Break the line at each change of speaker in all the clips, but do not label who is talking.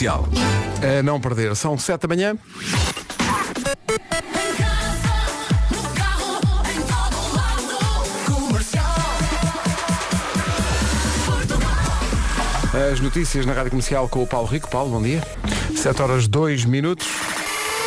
Comercial. A não perder, são 7 da manhã. As notícias na Rádio Comercial com o Paulo Rico. Paulo, bom dia. 7 horas 2 minutos.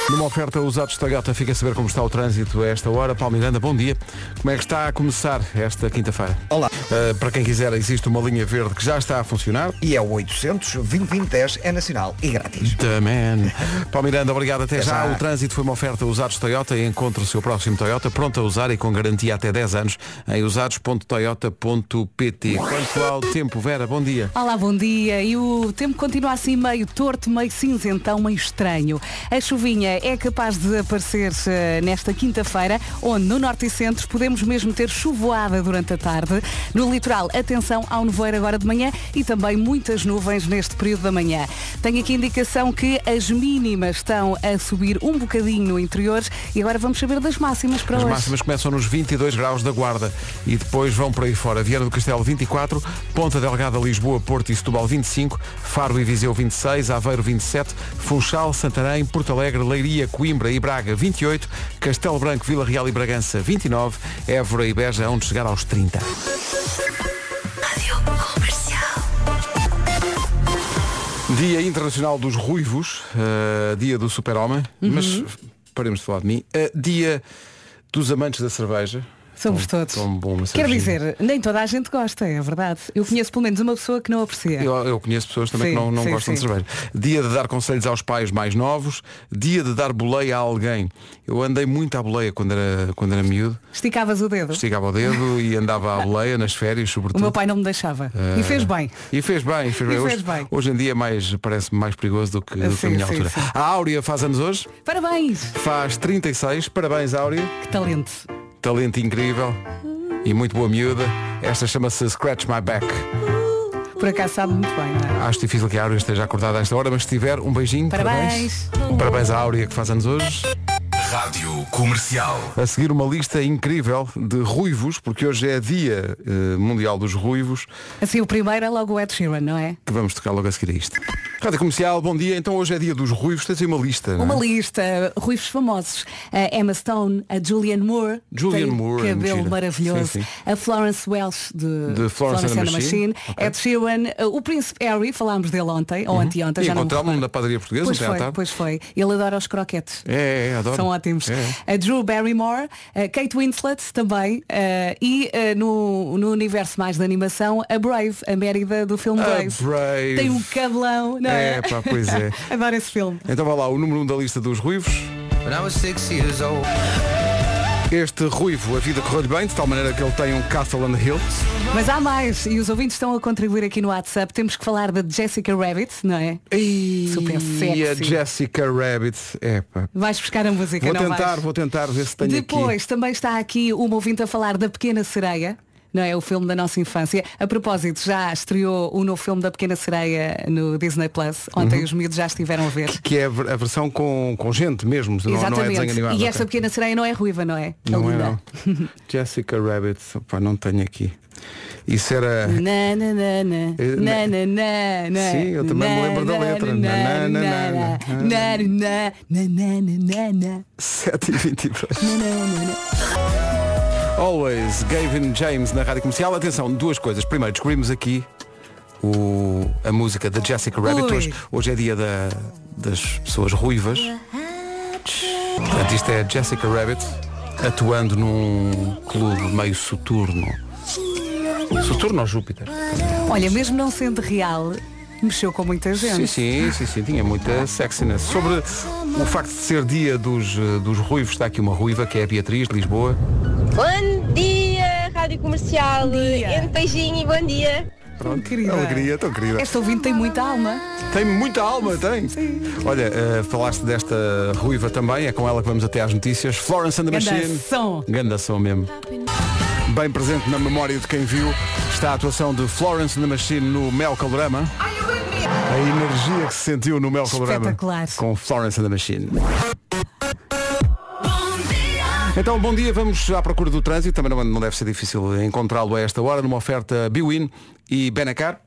Numa oferta usados da gata, fica a saber como está o trânsito a esta hora. Paulo Miranda, bom dia. Como é que está a começar esta quinta-feira?
Olá.
Uh, para quem quiser, existe uma linha verde que já está a funcionar.
E é o 800 2010 é nacional e grátis.
The man. Paulo Miranda, obrigado até,
Até
já.
já.
O trânsito foi uma oferta usados Toyota e encontre o seu próximo Toyota pronto a usar e com garantia até 10 anos em usados.toyota.pt. Quanto ao tempo, Vera, bom dia.
Olá, bom dia. E o tempo continua assim meio torto, meio cinzentão, meio estranho. A chuvinha é capaz de aparecer eh, nesta quinta-feira, onde no norte e centro podemos mesmo ter chuvoada durante a tarde. No litoral, atenção ao nevoeiro agora de manhã e também muitas nuvens neste período da manhã. Tenho aqui indicação que as mínimas estão a subir um bocadinho no interior e agora vamos saber das máximas para
As
hoje.
máximas começam nos 22 graus da Guarda e depois vão por aí fora. Viana do Castelo 24, Ponta Delgada, Lisboa, Porto e Setúbal 25, Faro e Viseu 26, Aveiro 27, Funchal, Santarém, Porto Alegre, Leiria, Coimbra e Braga 28, Castelo Branco, Vila Real e Bragança 29, Évora e Beja onde chegar aos 30. Dia Internacional dos Ruivos, eh, dia do super-homem, mas paremos de falar de mim. Eh, dia dos amantes da cerveja.
Somos
Tão-
todos.
tão bom uma
Quero
cervejinha.
dizer, nem toda a gente gosta, é verdade. Eu conheço pelo menos uma pessoa que não aprecia.
Eu, eu conheço pessoas também
É. Sim,
que não, não
sim,
gostam de
sim.
cerveja. Dia de dar conselhos aos pais mais novos, dia de dar boleia a alguém. Eu andei muito à boleia quando era, quando era miúdo,
Esticavas o dedo.
esticava o dedo e andava à boleia nas férias,
O
sobretudo.
meu pai não me deixava. E fez
Ah.
bem.
E fez bem, fez bem.
E
hoje,
fez bem.
hoje em dia é mais, parece mais perigoso do que, do que
Sim,
a minha
sim,
altura.
sim.
A Áurea faz anos hoje,
Parabéns!
faz 36, parabéns Áurea.
Que talento.
talento incrível e muito boa miúda. Esta chama-se Scratch My Back.
Por acaso sabe muito bem, não é?
Acho difícil que a Áurea esteja acordada a esta hora, mas se tiver, um beijinho.
Parabéns.
Parabéns, Parabéns à Áurea que faz anos hoje.
Rádio Comercial.
A seguir uma lista incrível de ruivos, porque hoje é dia eh, mundial dos ruivos,
Assim, o primeiro é logo o Ed Sheeran, não é?
que vamos tocar logo a seguir a isto. Rádio Comercial, bom dia. Então hoje é dia dos ruivos, tens aí uma lista. não é?
Uma lista, ruivos famosos. A Emma Stone, a Julianne Moore.
Julianne
tem
Moore, é muito
Cabelo
gira.
maravilhoso.
Sim, sim.
A Florence Welsh de,
De Florence and the Machine.
Ed Sheeran. uh, O Príncipe Harry, falámos dele ontem, ou anteontem,
E
já não me
encontramos-no na padaria portuguesa,
Pois
ontem à
foi,
tarde.
pois foi. Ele adora os croquetes.
É, é, adoro.
São ótimos.
É.
A Drew Barrymore, a Kate Winslet também, eh, e eh, no, no universo mais da animação, a Brave, a Mérida do filme
A
Brave.
Brave.
Tem um cabelão, não é?
É, pá, pois é.
Adoro esse filme.
Então vai lá, o número 1 um da lista dos ruivos. Este ruivo, a vida correu-lhe bem, de tal maneira que ele tem um Castle on the Hill.
Mas há mais, e os ouvintes estão a contribuir aqui no WhatsApp. Temos que falar da Jessica Rabbit, não é? Super
E a
sexy.
Jessica Rabbit. Epá.
Vais buscar a música,
Vou
não
tentar,
vais?
vou tentar ver se tenho
Depois também está aqui uma ouvinte a falar da Pequena Sereia. Não é o filme da nossa infância. A propósito, já estreou o novo filme da Pequena Sereia no Disney Plus. Ontem
Uhum.
os miúdos já estiveram a ver.
aqui. Que é a ver- a versão com, com gente mesmo, não, não é desenho animado.
e
ok.
essa Pequena Sereia não é ruiva, não é?
Não é,
Linda.
não. Jessica Rabbit, opá, não tenho aqui. Isso era.
Na, na, na, na,
Eh,
na, na, na, na,
Sim, eu também me
na,
lembro da
na,
letra.
na,
Na, na, na,
na,
na,
na, na, na, na, na, na, na,
7h22.
na, na.
Always, Gavin James na Rádio Comercial. Atenção, duas coisas. Primeiro, descobrimos aqui o- a música da Jessica Rabbit.
Ui.
Hoje, hoje é dia da- das pessoas ruivas. Portanto, isto é Jessica Rabbit atuando num clube meio soturno. Soturno ou Júpiter?
Olha, mesmo não sendo real, mexeu com muita
Sim,
gente.
sim, sim, sim, tinha muita sexiness. Sobre o facto de ser dia dos, eh, dos ruivos, está aqui uma ruiva que é a Beatriz de Lisboa.
Bom dia, Rádio Comercial.
dia.
Um beijinho e bom dia.
Tão querida.
Alegria, tão querida.
Esta ouvinte tem muita alma.
Tem muita alma, tem. Olha, eh, falaste desta ruiva também, é com ela que vamos até às notícias. Florence and the
Ganda
Machine.
som.
Ganda som mesmo. Bem presente na memória de quem viu está a atuação de Florence and the Machine no Mel Calorama. A energia que se sentiu no Mel Calorama
Espetacular.
com Florence and the Machine. Então, bom dia, vamos à procura do trânsito. Também não- não deve ser difícil encontrá-lo a esta hora, numa oferta Biwin e Benacar.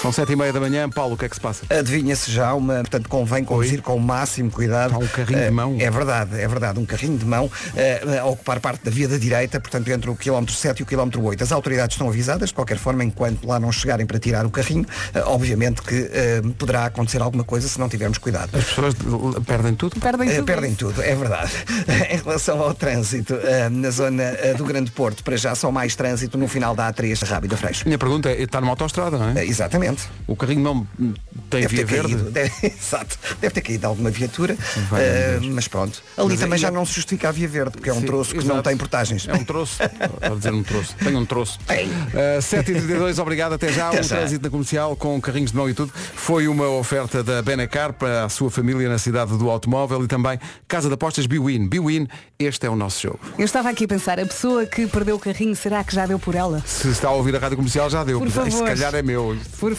São sete e meia da manhã. Paulo, o que é que se passa?
Adivinha-se já uma, portanto convém conduzir com o máximo cuidado.
Há um carrinho de
Eh,
mão.
É verdade, é verdade, um carrinho de mão eh, a ocupar parte da via da direita, portanto entre o quilómetro 7 e o quilómetro 8. As autoridades estão avisadas, de qualquer forma, enquanto lá não chegarem para tirar o carrinho, eh, obviamente que eh, poderá acontecer alguma coisa se não tivermos cuidado.
As pessoas l- perdem tudo?
Perdem
Eh,
tudo.
Perdem tudo, é verdade. em relação ao trânsito, eh, na zona eh, do Grande Porto, para já só mais trânsito no final da A3 Rábida Freixo.
Minha pergunta é, está numa autostrada, não é?
Eh, Exatamente.
O carrinho não hum, tem
Deve
via
ter
verde?
caído, deve, exato, deve ter caído alguma viatura,
Vai, meu
eh,
Deus.
mas pronto. Ali
Mas
também
aí-
já não se justifica a via verde, porque é um
Sim,
troço que não
exato.
tem portagens.
É um troço. Estou a dizer um troço. Tenho um troço.
Ei.
Uh, 7h32, obrigado. Até já.
Até
o
já.
trânsito na comercial com carrinhos de mão e tudo. Foi uma oferta da Benacar para a sua família na cidade do automóvel e também Casa de Apostas Biwin. Biwin, este é o nosso jogo.
Eu estava aqui a pensar, a pessoa que perdeu o carrinho, será que já deu por ela?
Se está a ouvir a rádio comercial, já deu.
Por
Pois é, Se
favor.
calhar é meu.
Por favor.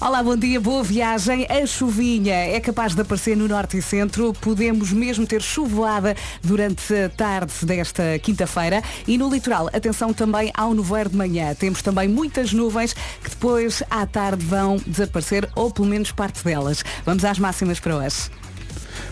Olá, bom dia, boa viagem. A chuvinha é capaz de aparecer no norte e centro. Podemos mesmo ter chuvoada durante a tarde desta quinta-feira. E no litoral, atenção também ao nevoeiro de manhã. Temos também muitas nuvens que depois à tarde vão desaparecer, ou pelo menos parte delas. Vamos às máximas para hoje.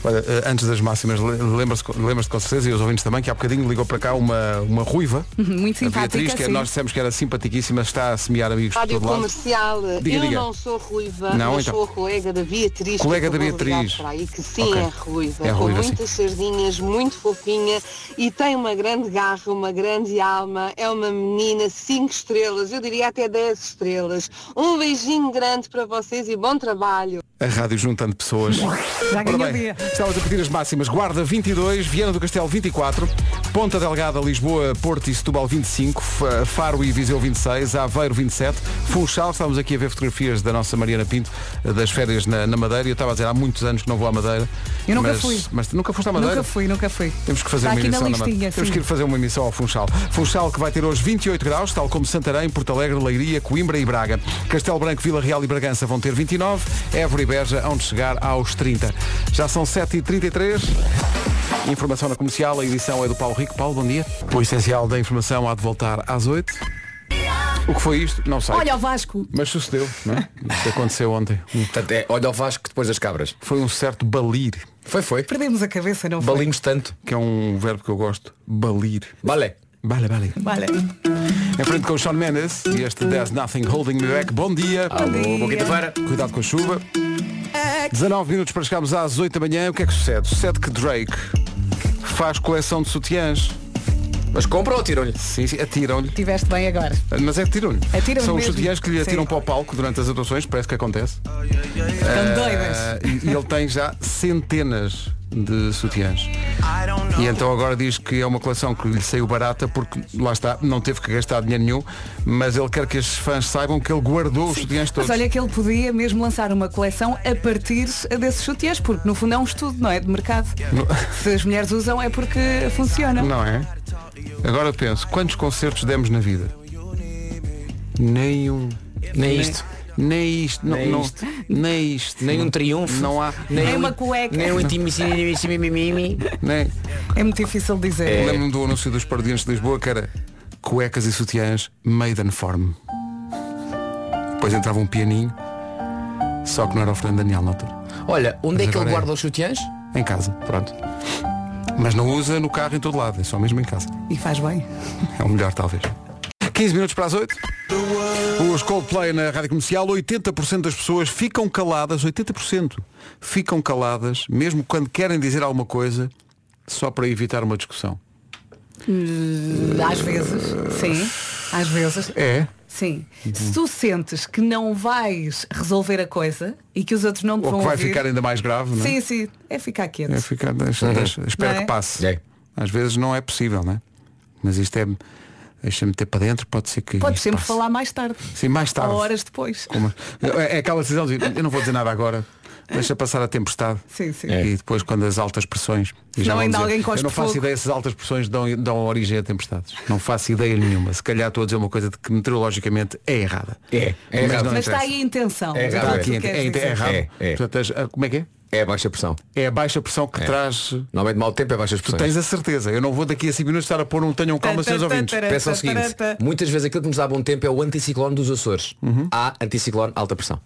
Olha, eh, antes das máximas, le- lembra-se lembra com certeza, e os ouvintes também, que há bocadinho ligou para cá uma, uma ruiva.
Uhum, Muito
A Beatriz,
simpática,
que é,
sim.
nós dissemos que era simpaticíssima, está a semear amigos por
Rádio
todo lado.
Comercial,
Diga,
eu
diga.
não sou ruiva,
Não,
mas
então.
sou a colega da Beatriz.
Colega
que
da
acabou de ligar
Beatriz.
Para aí, que sim,
Ok.
é ruiva,
É ruiva,
com
sim.
muitas sardinhas, muito fofinha e tem uma grande garra, uma grande alma. É uma menina, cinco estrelas, eu diria até 10 estrelas. Um beijinho grande para vocês e bom trabalho.
A rádio juntando pessoas.
Já
Ora
ganhou
bem,
dia.
estávamos a pedir as máximas. Guarda 22, Viana do Castelo 24, Ponta Delgada, Lisboa, Porto e Setúbal 25, Fa- Faro e Viseu 26, Aveiro 27, Funchal, estávamos aqui a ver fotografias da nossa Mariana Pinto eh, das férias na, na Madeira. Eu estava a dizer há muitos anos que não vou à Madeira.
Eu nunca
mas,
fui.
Mas nunca foste à Madeira?
Nunca fui, nunca fui.
Temos que fazer
Está
uma
Tá aqui na
emissão na
listinha,
Madeira. Temos
sim.
que ir fazer uma emissão ao Funchal. Funchal que vai ter hoje 28 graus, tal como Santarém, Porto Alegre, Leiria, Coimbra e Braga. Castelo Branco, Vila Real e Bragança vão ter 29. Évora e Beja onde chegar aos 30. Já são 7h33. Informação na comercial, a edição é do Paulo Rico. Paulo, bom dia. O essencial da informação há de voltar às 8. O que foi isto? Não sei.
Olha o Vasco.
Mas sucedeu, não é? Isto aconteceu ontem.
Portanto, é, olha o Vasco depois das cabras.
Foi um certo balir,
Foi, foi.
Perdemos a cabeça, não foi?
Balimos tanto.
que é um verbo que eu gosto. Balir.
Balé.
Vale, vale. Em frente com o Sean Mendes e este There's Nothing Holding Me Back. Bom dia.
Alô, Ah, boa quinta-feira.
Cuidado com a chuva. 19 minutos para chegarmos às 8 da manhã. O que é que sucede? Sucede que Drake faz coleção de sutiãs.
Mas compra ou tiram-lhe?
Sim, sim, atiram-lhe.
Estiveste bem agora.
Mas é que tiram-lhe.
Atiram-lhe
São
mesmo.
os sutiãs que lhe atiram
Sim.
para o palco durante as atuações, parece que acontece.
Estão doidas.
Ah, e e ele tem já centenas de sutiãs. E então agora diz que é uma coleção que lhe saiu barata porque lá está, não teve que gastar dinheiro nenhum, mas ele quer que estes fãs saibam que ele guardou os sutiãs todos.
Mas olha que ele podia mesmo lançar uma coleção a partir desses sutiãs, porque no fundo é um estudo, não é? De mercado. Se as mulheres usam é porque funcionam.
Não é? Agora penso, quantos concertos demos na vida? Nenhum.
Nem isto.
Nem isto. Não,
Nem
não-
isto.
nem isto.
Nem
Não-
um triunfo.
Não há.
Nem É uma cueca.
Nem um intimidinho.
Nem,
É muito difícil de dizer.
Lembro-me do anúncio dos Pardiantes de Lisboa que era cuecas e sutiãs Maiden Form. Depois entrava um pianinho, só que não era o Fernando Daniel na altura.
Olha, onde
Mas
é que
agora
ele
é.
guarda os sutiãs?
Em casa, pronto. Mas não usa no carro em todo lado, é só mesmo em casa.
E faz bem.
É o melhor talvez. 15 minutos para as 8. Os Coldplay na Rádio Comercial, 80% das pessoas ficam caladas, 80% ficam caladas, mesmo quando querem dizer alguma coisa, só para evitar uma discussão.
Às vezes, sim. Às vezes,
É?
sim. Se tu sentes que não vais resolver a coisa e que os outros não te
Ou
vão
que vai
ouvir,
ficar ainda mais grave, não é?
Sim, sim. É ficar quieto.
É ficar, deixa, deixa, espera
Não é?
que passe.
Uhum. É.
Às vezes não é possível, não é? Mas isto é. Deixa-me ter para dentro, pode ser que.
Podes
isto
sempre
passe.
falar mais tarde.
Sim, mais tarde.
Ou horas depois.
Como- É, é aquela decisão de eu não vou dizer nada agora. Deixa passar a tempestade.
Sim, sim.
É.
E depois quando as altas pressões. e
Senão
vão
ainda
dizer,
alguém
Eu
cospe
não faço
fogo."
ideia se as altas pressões dão, dão origem a tempestades. Não faço ideia nenhuma. Se calhar estou a dizer uma coisa de que meteorologicamente é errada.
É, é
Mas
errado.
não
Mas
interessa.
está aí a intenção.
É
Portanto,
errado,
tu
Aqui, é,
queres
é,
dizer.
é errado.
É, é.
Portanto, as- ah, como é que é?
É baixa pressão.
É a baixa pressão que traz.
Normalmente mau tempo é baixas pressões.
Tens a certeza. Eu não vou daqui a 5 minutos estar a pôr um tenham calma, seus ouvintes.
Pensa o seguinte, muitas vezes aquilo que nos dá bom tempo é o anticiclone dos Açores. Há anticiclone alta pressão.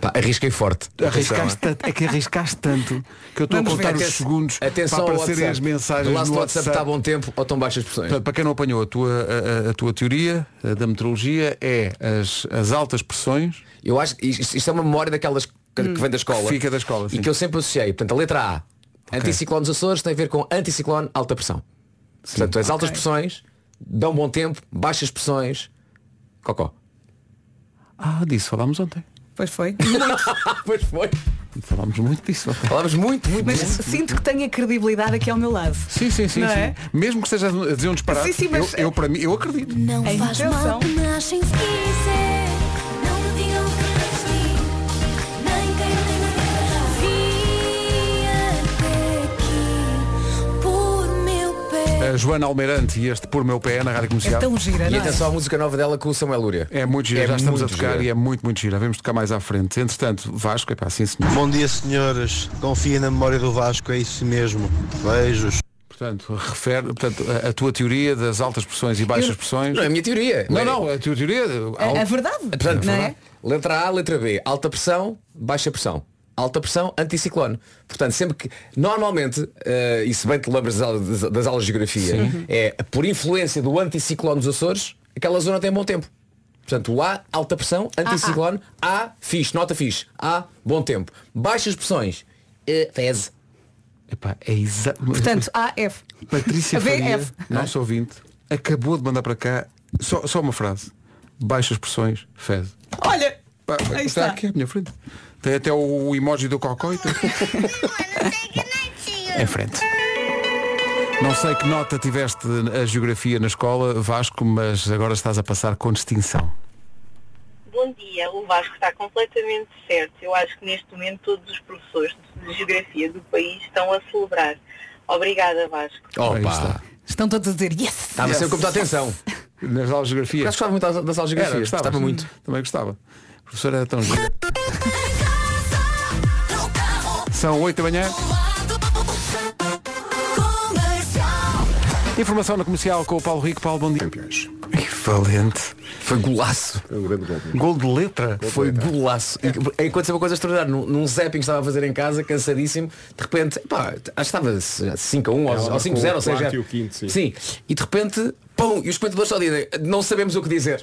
Pá, arrisquei forte.
Arriscaste
Atenção,
tanto, é que arriscaste tanto que eu estou a
Vamos
contar
ver.
os
Atenção-
segundos para
Atenção ao
aparecerem
WhatsApp.
as mensagens
Do lado
no
do WhatsApp está bom tempo ou estão baixas pressões.
Portanto, para quem não apanhou, a tua, a- a, a tua teoria a da meteorologia é as, as altas pressões.
Eu acho que isto, isto é uma memória daquelas que, que vem da escola.
Que fica da escola,
E
sim.
que eu sempre associei. Portanto, a letra A, anticiclone dos Açores, tem a ver com anticiclone alta pressão. Portanto, as altas pressões dão bom tempo, baixas pressões, cocó.
Ah, disso falámos ontem.
Pois foi.
pois foi.
Falámos muito disso ontem.
Falámos muito, muito,
Mas
muito.
sinto que tenho a credibilidade aqui ao meu lado.
Sim, sim, sim,
Não
sim.
é?
Mesmo que estejas a dizer um disparate,
Sim, sim, mas-
eu, eu, para mim, eu acredito.
Não
A
faz
intenção.
mal que me achem se quiser. Não me digam que resisti. Nem quem me dera. Vim até aqui por meu pé.
A Joana Almeirante e este Por Meu Pé na Rádio
É
Comercial.
tão gira,
E
não é?
atenção à música nova dela com o Samuel Lúria.
É muito gira, já estamos a
muito
tocar
gira.
e é muito, muito gira. Vamos tocar mais à frente. Entretanto, Vasco, é pá, sim senhor.
Bom dia, senhoras. Confia na memória do Vasco, é isso mesmo. Beijos.
Portanto, refere, portanto, a, a tua teoria das altas pressões e baixas pressões.
Não é a minha teoria.
Não,
É-
não, a tua teoria.
A, a É verdade,
Portanto,
não é?
letra A, letra B, alta pressão, baixa pressão. Alta pressão, anticiclone. Portanto, sempre que. Normalmente, eh, e se bem te lembras das, aulas- das- das aulas de geografia, é por influência do anticiclone dos Açores, aquela zona tem bom tempo. Portanto, o A, alta pressão, anticiclone, A, fixe, nota fixe, A, bom tempo. Baixas pressões, eh, fez.
Epá, é exato.
Portanto, AF.
Patrícia
a
Faria,
VF.
nosso ouvinte, acabou de mandar para cá só, só uma frase. Baixas pressões, fez.
Olha,
Pá,
Aí
está,
está.
aqui à minha frente. Tem até o emoji do cocó e tudo. em frente. Não sei que nota tiveste a geografia na escola, Vasco, mas agora estás a passar com distinção.
Bom dia, o Vasco está completamente certo. Eu acho que neste momento todos os professores de geografia do país estão a celebrar. Obrigada, Vasco.
Aí está.
Opa!
estão todos a dizer yes.
Estava sempre com muita atenção.
Nas aulas de geografia.
Eu gostava muito das- das aulas de
Era,
geografia.
gostavas?
Gostava muito.
Também gostava. A professora era tão gira.
Em casa, no carro,
São 8 da manhã.
ao lado. Comercial.
Informação na comercial com o Paulo Rico. Paulo, bom dia. Que valente.
Foi golaço.
Gol de letra.
Foi golaço. E, aconteceu uma coisa extraordinária. Num, num zapping que estava a fazer em casa, cansadíssimo, de repente, pá, acho que estava 5 a 1 ou, ou 5 a 0, ou seja. sim. E de repente, pão, e os comentadores só dizem, não sabemos o que dizer.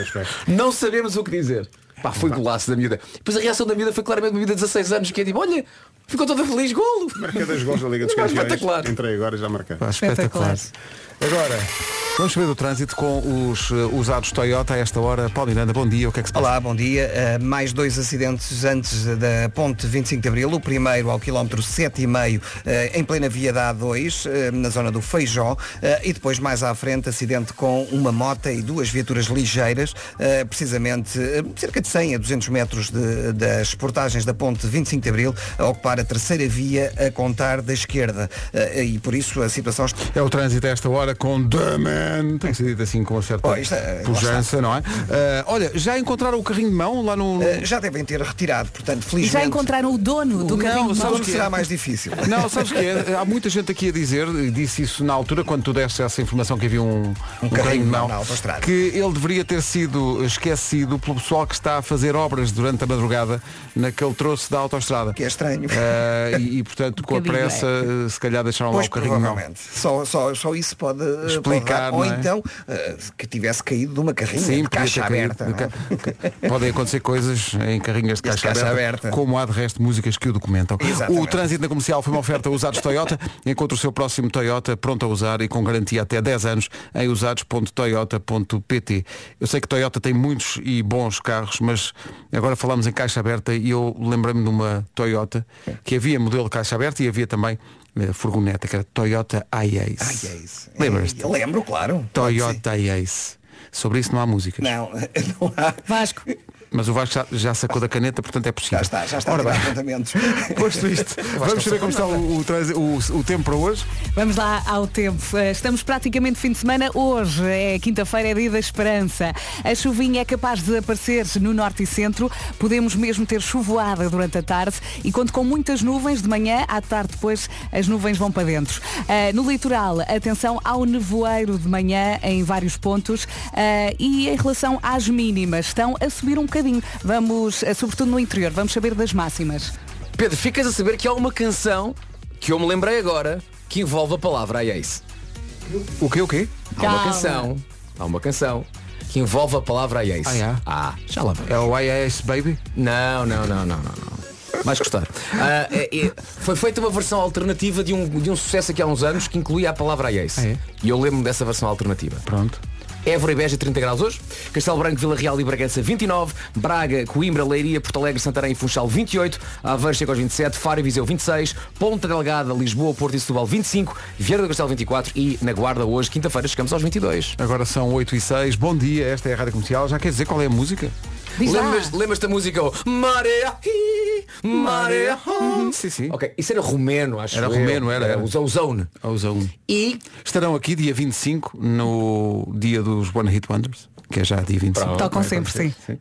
não sabemos o que dizer. Pá, foi golaço da miúda. Depois a reação da miúda foi claramente uma miúda de 16 anos, que é tipo, olha, ficou toda feliz, golo.
Marca dois gols da Liga dos
Mas
Campeões.
espetacular.
Entrei agora e já marquei.
Pá, espetacular.
Espetacular.
Agora, vamos saber do trânsito com os eh, usados Toyota a esta hora. Paulo Miranda, bom dia. O que é que se passa?
Olá, bom dia. Uh, mais dois acidentes antes da ponte 25 de Abril. O primeiro ao quilómetro 7,5 uh, em plena via da A2, uh, na zona do Feijó. Uh, e depois mais à frente acidente com uma mota e duas viaturas ligeiras, uh, precisamente uh, cerca de 100 a 200 metros de- das portagens da ponte 25 de Abril, a ocupar a terceira via a contar da esquerda. Uh, e por isso a situação está...
É o trânsito a esta hora com The Man. Tem sido dito assim com uma certa
Oh, isto é-
pujança, não é? Eh, olha, já encontraram o carrinho de mão lá no.
Uh, já devem ter retirado, portanto,
E
felizmente...
já encontraram o dono do
Não,
carrinho de
sabes
mão.
o que é?
será mais difícil.
Não, sabes que é? Há muita gente aqui a dizer, e disse isso na altura, quando tu deste essa informação que havia um, um,
carrinho de mão na autoestrada.
que ele deveria ter sido esquecido pelo pessoal que está a fazer obras durante a madrugada naquele troço da autoestrada.
Que é estranho.
Ah, e, e, portanto, com a
bocadinho,
pressa, eh, se calhar deixaram lá
Pois,
o carrinho de mão.
provavelmente. Só, só, só isso pode eh, pode
Explicar,
dar.
não
Ou
é?
então eh, que tivesse caído de uma carrinha de
podia ter
caixa
caído
aberta.
de
não é?
ca- ca- Podem acontecer coisas em carrinhas de
Desde
caixa,
caixa
aberta,
aberta.
como há de resto músicas que o documentam.
Exatamente.
O trânsito na comercial foi uma oferta a usados Toyota. Encontre o seu próximo Toyota pronto a usar e com garantia até 10 anos em usados.toyota.pt. Eu sei que Toyota tem muitos e bons carros, mas agora falamos em caixa aberta e eu lembrei-me de uma Toyota que havia modelo caixa aberta e havia também eh, furgoneta, que era Toyota
Ai,
i-Ace.
é isso.
Lembras-te?
Eh, Lembro, claro. Claro que sim.
Toyota i-Ace. Sobre isso não há músicas.
Não, não há.
Vasco,
Mas o Vasco já, já sacou da caneta, portanto é possível.
Já está, já está
Ora
a
bem,
tirar apontamentos.
posto isto, vamos saber como está o, o, transi- o- o tempo para hoje.
Vamos lá ao tempo. Eh, Estamos praticamente fim de semana. Hoje é quinta-feira, é dia da esperança. A chuvinha é capaz de aparecer no norte e centro. Podemos mesmo ter chuvoada durante a tarde e conto com muitas nuvens de manhã. À tarde depois as nuvens vão para dentro. Eh, no litoral, atenção ao nevoeiro de manhã em vários pontos. Eh, e em relação às mínimas, estão a subir um bocadinho. Vamos, eh, sobretudo no interior, vamos saber das máximas.
Pedro, ficas a saber que há uma canção que eu me lembrei agora que envolve a palavra Ace.
O quê, o quê?
Há uma
Calma.
canção, há uma canção que envolve a palavra Ace.
Ah, é?
ah, já lá vamos.
É o IAS Baby?
Não, não, não, não, não. não. Vais gostar. Ah, é- é- foi feita uma versão alternativa de um, de um sucesso aqui há uns anos que incluía a palavra Ace.
Ah, é?
E eu lembro-me dessa versão alternativa.
Pronto.
Évora e Beja 30 graus hoje, Castelo Branco, Vila Real e Bragança 29, Braga, Coimbra, Leiria, Porto Alegre, Santarém e Funchal 28, Aveiro chega aos 27, Faro e Viseu 26, Ponta Delgada, Lisboa, Porto e Setúbal 25, Vieira do Castelo 24 e na Guarda hoje, quinta-feira, chegamos aos 22.
Agora são 8 e 6. Bom dia, esta é a Rádio Comercial. Já quer dizer qual é a música?
Diz lá.
Lembras- Lembras-te da música oh, Marea hi, Marea hum.
Uhum, Sim, sim.
Ok, isso era romeno, acho
Era
eu. É,
romeno, era, era.
O Zone.
um. E estarão aqui dia 25, no dia dos One Hit Wonders, que é já dia 25.
Tocam
Vai
sempre,
acontecer.
sim.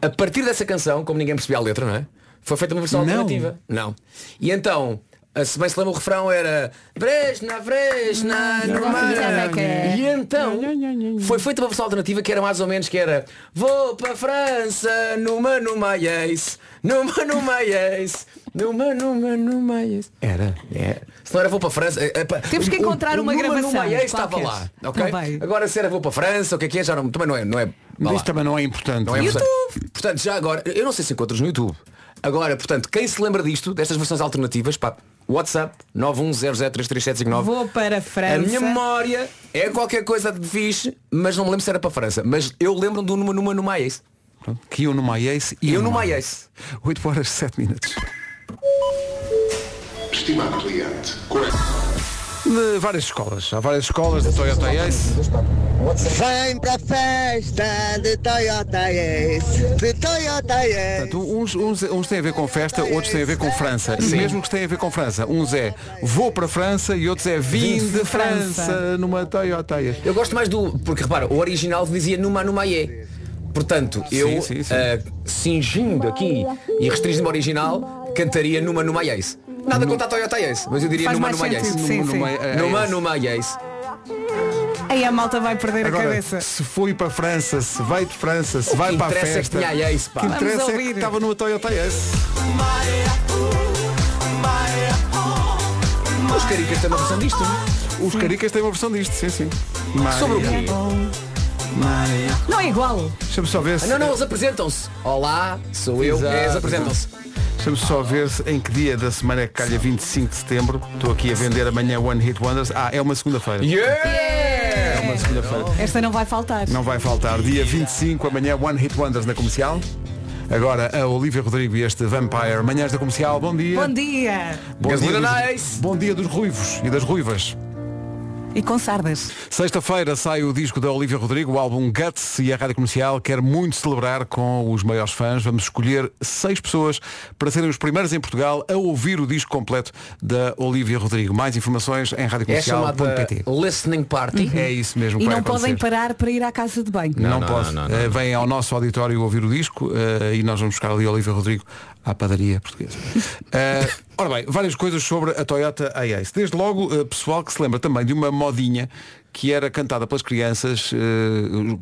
A partir dessa canção, como ninguém percebia a letra, não é? Foi feita uma versão
Não.
alternativa. Não. E então, a- se bem se lembra o refrão era Bresna, Bresna,
Não,
no
não,
mar."
não, não.
E então foi feita uma versão alternativa que era mais ou menos que era Vou para a França, numa numa yes, numa numa yes, numa numa numa yes. Era, era. Se não era vou para a França. é, é, pá,
Temos que
o-
encontrar
o
uma
numa,
gravação
Numa yes estava
qualquer.
lá. ok?
Tá bem.
Agora se era vou para a França, o que é que é? Já não, também não é. Não é vá
Mas
lá.
isto também não é importante.
Não é importante. Portanto, já agora, eu não sei se encontras no YouTube. Agora, portanto, quem se lembra disto, destas versões alternativas, pá, WhatsApp 910033759.
Vou para a França.
A minha memória é qualquer coisa de fixe, mas não me lembro se era para a França. Mas eu lembro do numa numa numa Ace.
é? Pronto. Que eu no My Ace e
Eu numa
Hum.
Ace.
8 horas 7 minutos.
Estimado cliente,
De várias escolas. Há várias escolas da Toyota Ace.
Vem para a festa de Toyota Ace, de Toyota Ace.
Portanto, uns, uns, uns têm a ver com festa, outros têm a ver com França. E mesmo que têm a ver com França, uns é vou para a França e outros é vim de França numa Toyota. Ace.
Eu gosto mais do. Porque repara, o original dizia numa numa Ae. Portanto,
Sim,
eu,
sim, sim.
ah, singindo aqui e restringindo-me ao original, cantaria numa numa Ace. Nada contra a Toyota Ace, mas eu diria
Faz
numa
mais
numa Ace.
sentido, sim, sim.
Numa Ace.
Numa numa Ace.
Aí a malta vai perder a
Agora,
cabeça.
se fui para a França, se vai de França, se vai para a
interessa é que
festa.
tinha a Ace, pá.
o que
Vamos
interessa é que
ouvir.
estava numa Toyota Ace.
Os caricas têm uma noção disto.
Os caricas têm uma versão disto, sim, sim. Maria.
Sobre o quê?
Maria.
Não é igual.
Deixa-me
Ah,
só ver se.
Ah, Não, não, eles apresentam-se. Olá, sou eu. é,
Exato.
Eles apresentam-se.
Deixa-me só ver se- em que dia da semana é que calha 25 de setembro. Estou aqui a vender amanhã One Hit Wonders. Ah, é uma segunda-feira. É uma segunda-feira.
Esta não vai faltar.
Não vai faltar. Dia 25, amanhã One Hit Wonders na comercial. Agora a Olivia Rodrigo e este Vampire. Manhãs da comercial, bom dia.
Bom dia.
Bom
Gasolina
dia dos,
nice.
bom dia dos ruivos e das ruivas.
E com sardas.
Sexta-feira sai o disco da Olivia Rodrigo, o álbum Guts e a Rádio Comercial quer muito celebrar com os maiores fãs. Vamos escolher seis pessoas para serem os primeiros em Portugal a ouvir o disco completo da Olivia Rodrigo. Mais informações em
É chamada
radiocomercial.pt.
Listening Party.
É isso mesmo. que
E
vai
não podem
acontecer.
parar para ir à casa de banho.
Não,
não,
pode.
não, não,
Eh, Vêm ao nosso auditório ouvir o disco eh, e nós vamos buscar ali Olivia Rodrigo à padaria portuguesa. Eh, ora bem, várias coisas sobre a Toyota AIS. Desde logo, eh, pessoal que se lembra também de uma modinha que era cantada pelas crianças eh,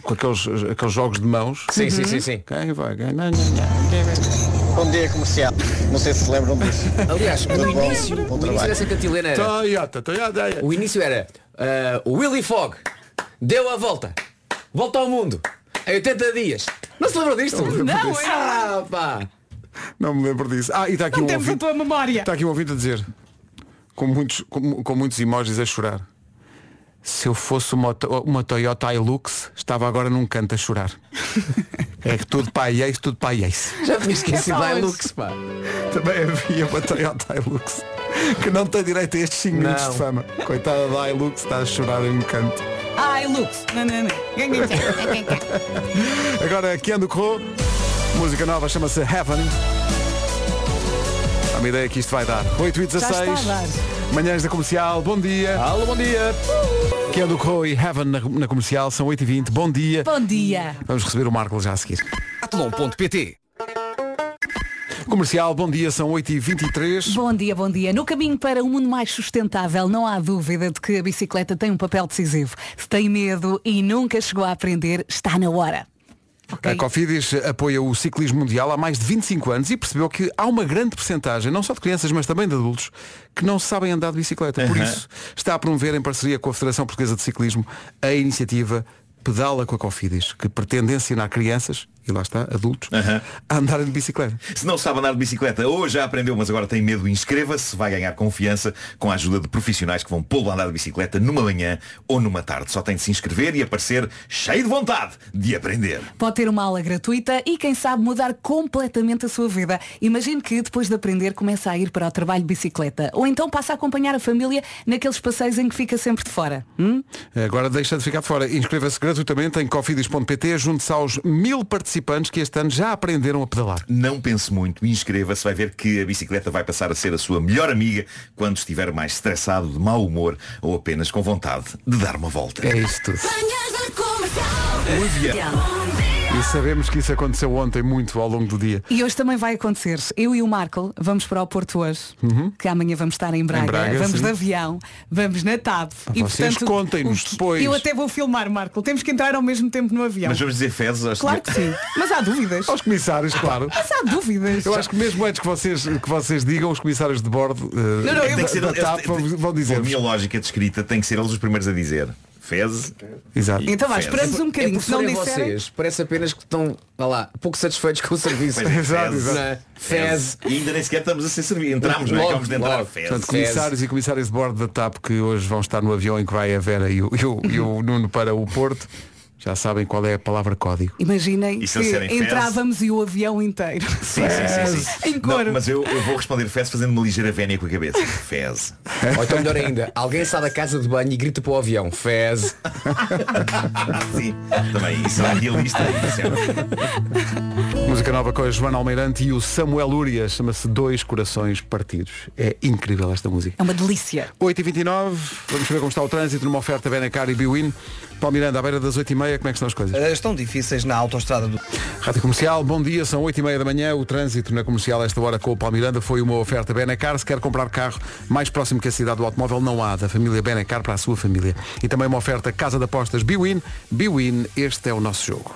com aqueles, aqueles jogos de mãos. Uhum.
Sim, sim, sim, sim.
Quem vai ganhar? Então,
Bom dia comercial. Não sei se se lembram disso.
Uhum. Aliás, o
Tudo bom? Bom
início, o início
trabalho.
dessa cantilena
Tá.
era.
Toyota, Toyota AIS.
O início era ah, o Willy Fogg deu a volta. Volta ao mundo. Em 80 dias. Não se lembram disto?
Não, é.
Ah, pá.
Não me lembro disso. Ah, e está aqui
Não
um
temos a
ouvinte.
tua memória.
Está aqui um ouvinte a dizer, com muitos, com, com muitos emojis a chorar. Se eu fosse uma, to- uma Toyota Hilux, estava agora num canto a chorar. é que tudo para a Ace, tudo para é a Ace.
Já tinha esquecido da
hoje.
Lux, pá.
Também havia uma Toyota Hilux que não tem direito a estes 5
Não.
minutos de fama. Coitada da Hilux, está a chorar em um canto.
Ai, Lux. Não, não, não.
Agora, Keanu Corro. Música nova chama-se Heaven. Há uma ideia que isto vai dar. 8 e 16.
Já está a dar.
Manhãs da Comercial, bom dia. Alô, bom dia. Kendo Coy, Heaven na, na Comercial, são 8 e 20. Bom dia.
Bom dia.
Vamos receber o Marco já a seguir.
É
Atlon.pt
Comercial, bom dia, são 8 e 23.
Bom dia, bom dia. No caminho para um mundo mais sustentável, não há dúvida de que a bicicleta tem um papel decisivo. Se tem medo e nunca chegou a aprender, está na hora.
A Cofidis apoia o ciclismo mundial há mais de 25 anos e percebeu que há uma grande percentagem, não só de crianças, mas também de adultos, que não sabem andar de bicicleta. Por
Uhum.
isso, está a promover, em parceria com a Federação Portuguesa de Ciclismo, a iniciativa Pedala com a Cofidis, que pretende ensinar crianças, e lá está, adultos, a andarem de bicicleta.
Se não sabe andar de bicicleta ou já aprendeu, mas agora tem medo, inscreva-se, vai ganhar confiança com a ajuda de profissionais que vão pô-lo a andar de bicicleta numa manhã ou numa tarde. Só tem de se inscrever e aparecer cheio de vontade de aprender.
Pode ter uma aula gratuita e, quem sabe, mudar completamente a sua vida. Imagine que, depois de aprender, começa a ir para o trabalho de bicicleta. Ou então passa a acompanhar a família naqueles passeios em que fica sempre de fora. Hum?
Agora deixa de ficar de fora. Inscreva-se gratuitamente em cofidis.pt, junte-se aos mil participantes que este ano já aprenderam a pedalar.
Não pense muito, inscreva-se, vai ver que a bicicleta vai passar a ser a sua melhor amiga quando estiver mais estressado, de mau humor ou apenas com vontade de dar uma volta.
É isso tudo.
Lúvia.
E sabemos que isso aconteceu ontem muito ao longo do dia.
E hoje também vai acontecer. Eu e o Marco vamos para o Porto hoje, que amanhã vamos estar em Braga.
Uhum. Braga,
vamos
sim.
de avião, vamos na TAP.
vocês contem-nos
o-
depois.
Eu até vou filmar, Marco. Temos que entrar ao mesmo tempo no avião.
Mas vamos dizer fezes aos
Claro que sim. Mas há dúvidas.
Aos comissários, claro.
Mas há dúvidas.
Eu acho que mesmo antes que vocês, que vocês digam, os comissários de bordo eh,
Não, não,
da-
eu- tem que ser-
da
eu-
TAP
eu-
vão, vão dizer
Por minha lógica de escrita, tem que ser eles os primeiros a dizer. Fez.
Exato.
Então vá,
vai,
esperamos um
É
bocadinho.
porque
Se não
forem
disserem...
vocês, parece apenas que estão, vá lá, pouco satisfeitos com o serviço.
Pois é,
Exato,
fez.
exato. Não é? Fez.
E ainda nem sequer estamos a ser servidos. Entramos, não é?
Logo,
Acabamos de entrar.
logo.
Fez.
Portanto, comissários e comissários de bordo da TAP que hoje vão estar no avião em que vai a Vera e o, e o- e o Nuno para o Porto, já sabem qual é a palavra código.
Imaginem
E
que
se eles serem fezes?
entrávamos e o avião inteiro.
Sim, sim, sim, sim.
Em cor.
Não, mas eu, eu vou responder Fez fazendo uma ligeira vénia com a cabeça. Fez.
Ou então melhor ainda, alguém sai da casa de banho e grita para o avião, fez.
Sim, também isso é realista.
Música nova com a Joana Almeirante e o Samuel Uria, chama-se Dois Corações Partidos. É incrível esta música.
É uma delícia.
8h29, vamos ver como está o trânsito numa oferta Benacar e Biwin. Paulo Miranda, à beira das 8h30, como é que estão as coisas?
Eh, Estão difíceis na autoestrada do...
Rádio Comercial, bom dia, são 8h30 da manhã. O trânsito na comercial a esta hora com o Palmiranda foi uma oferta Benacar. Se quer comprar carro mais próximo que a cidade do automóvel, não há. Da família Benacar para a sua família. E também uma oferta Casa de Apostas Biwin. Biwin, este é o nosso jogo.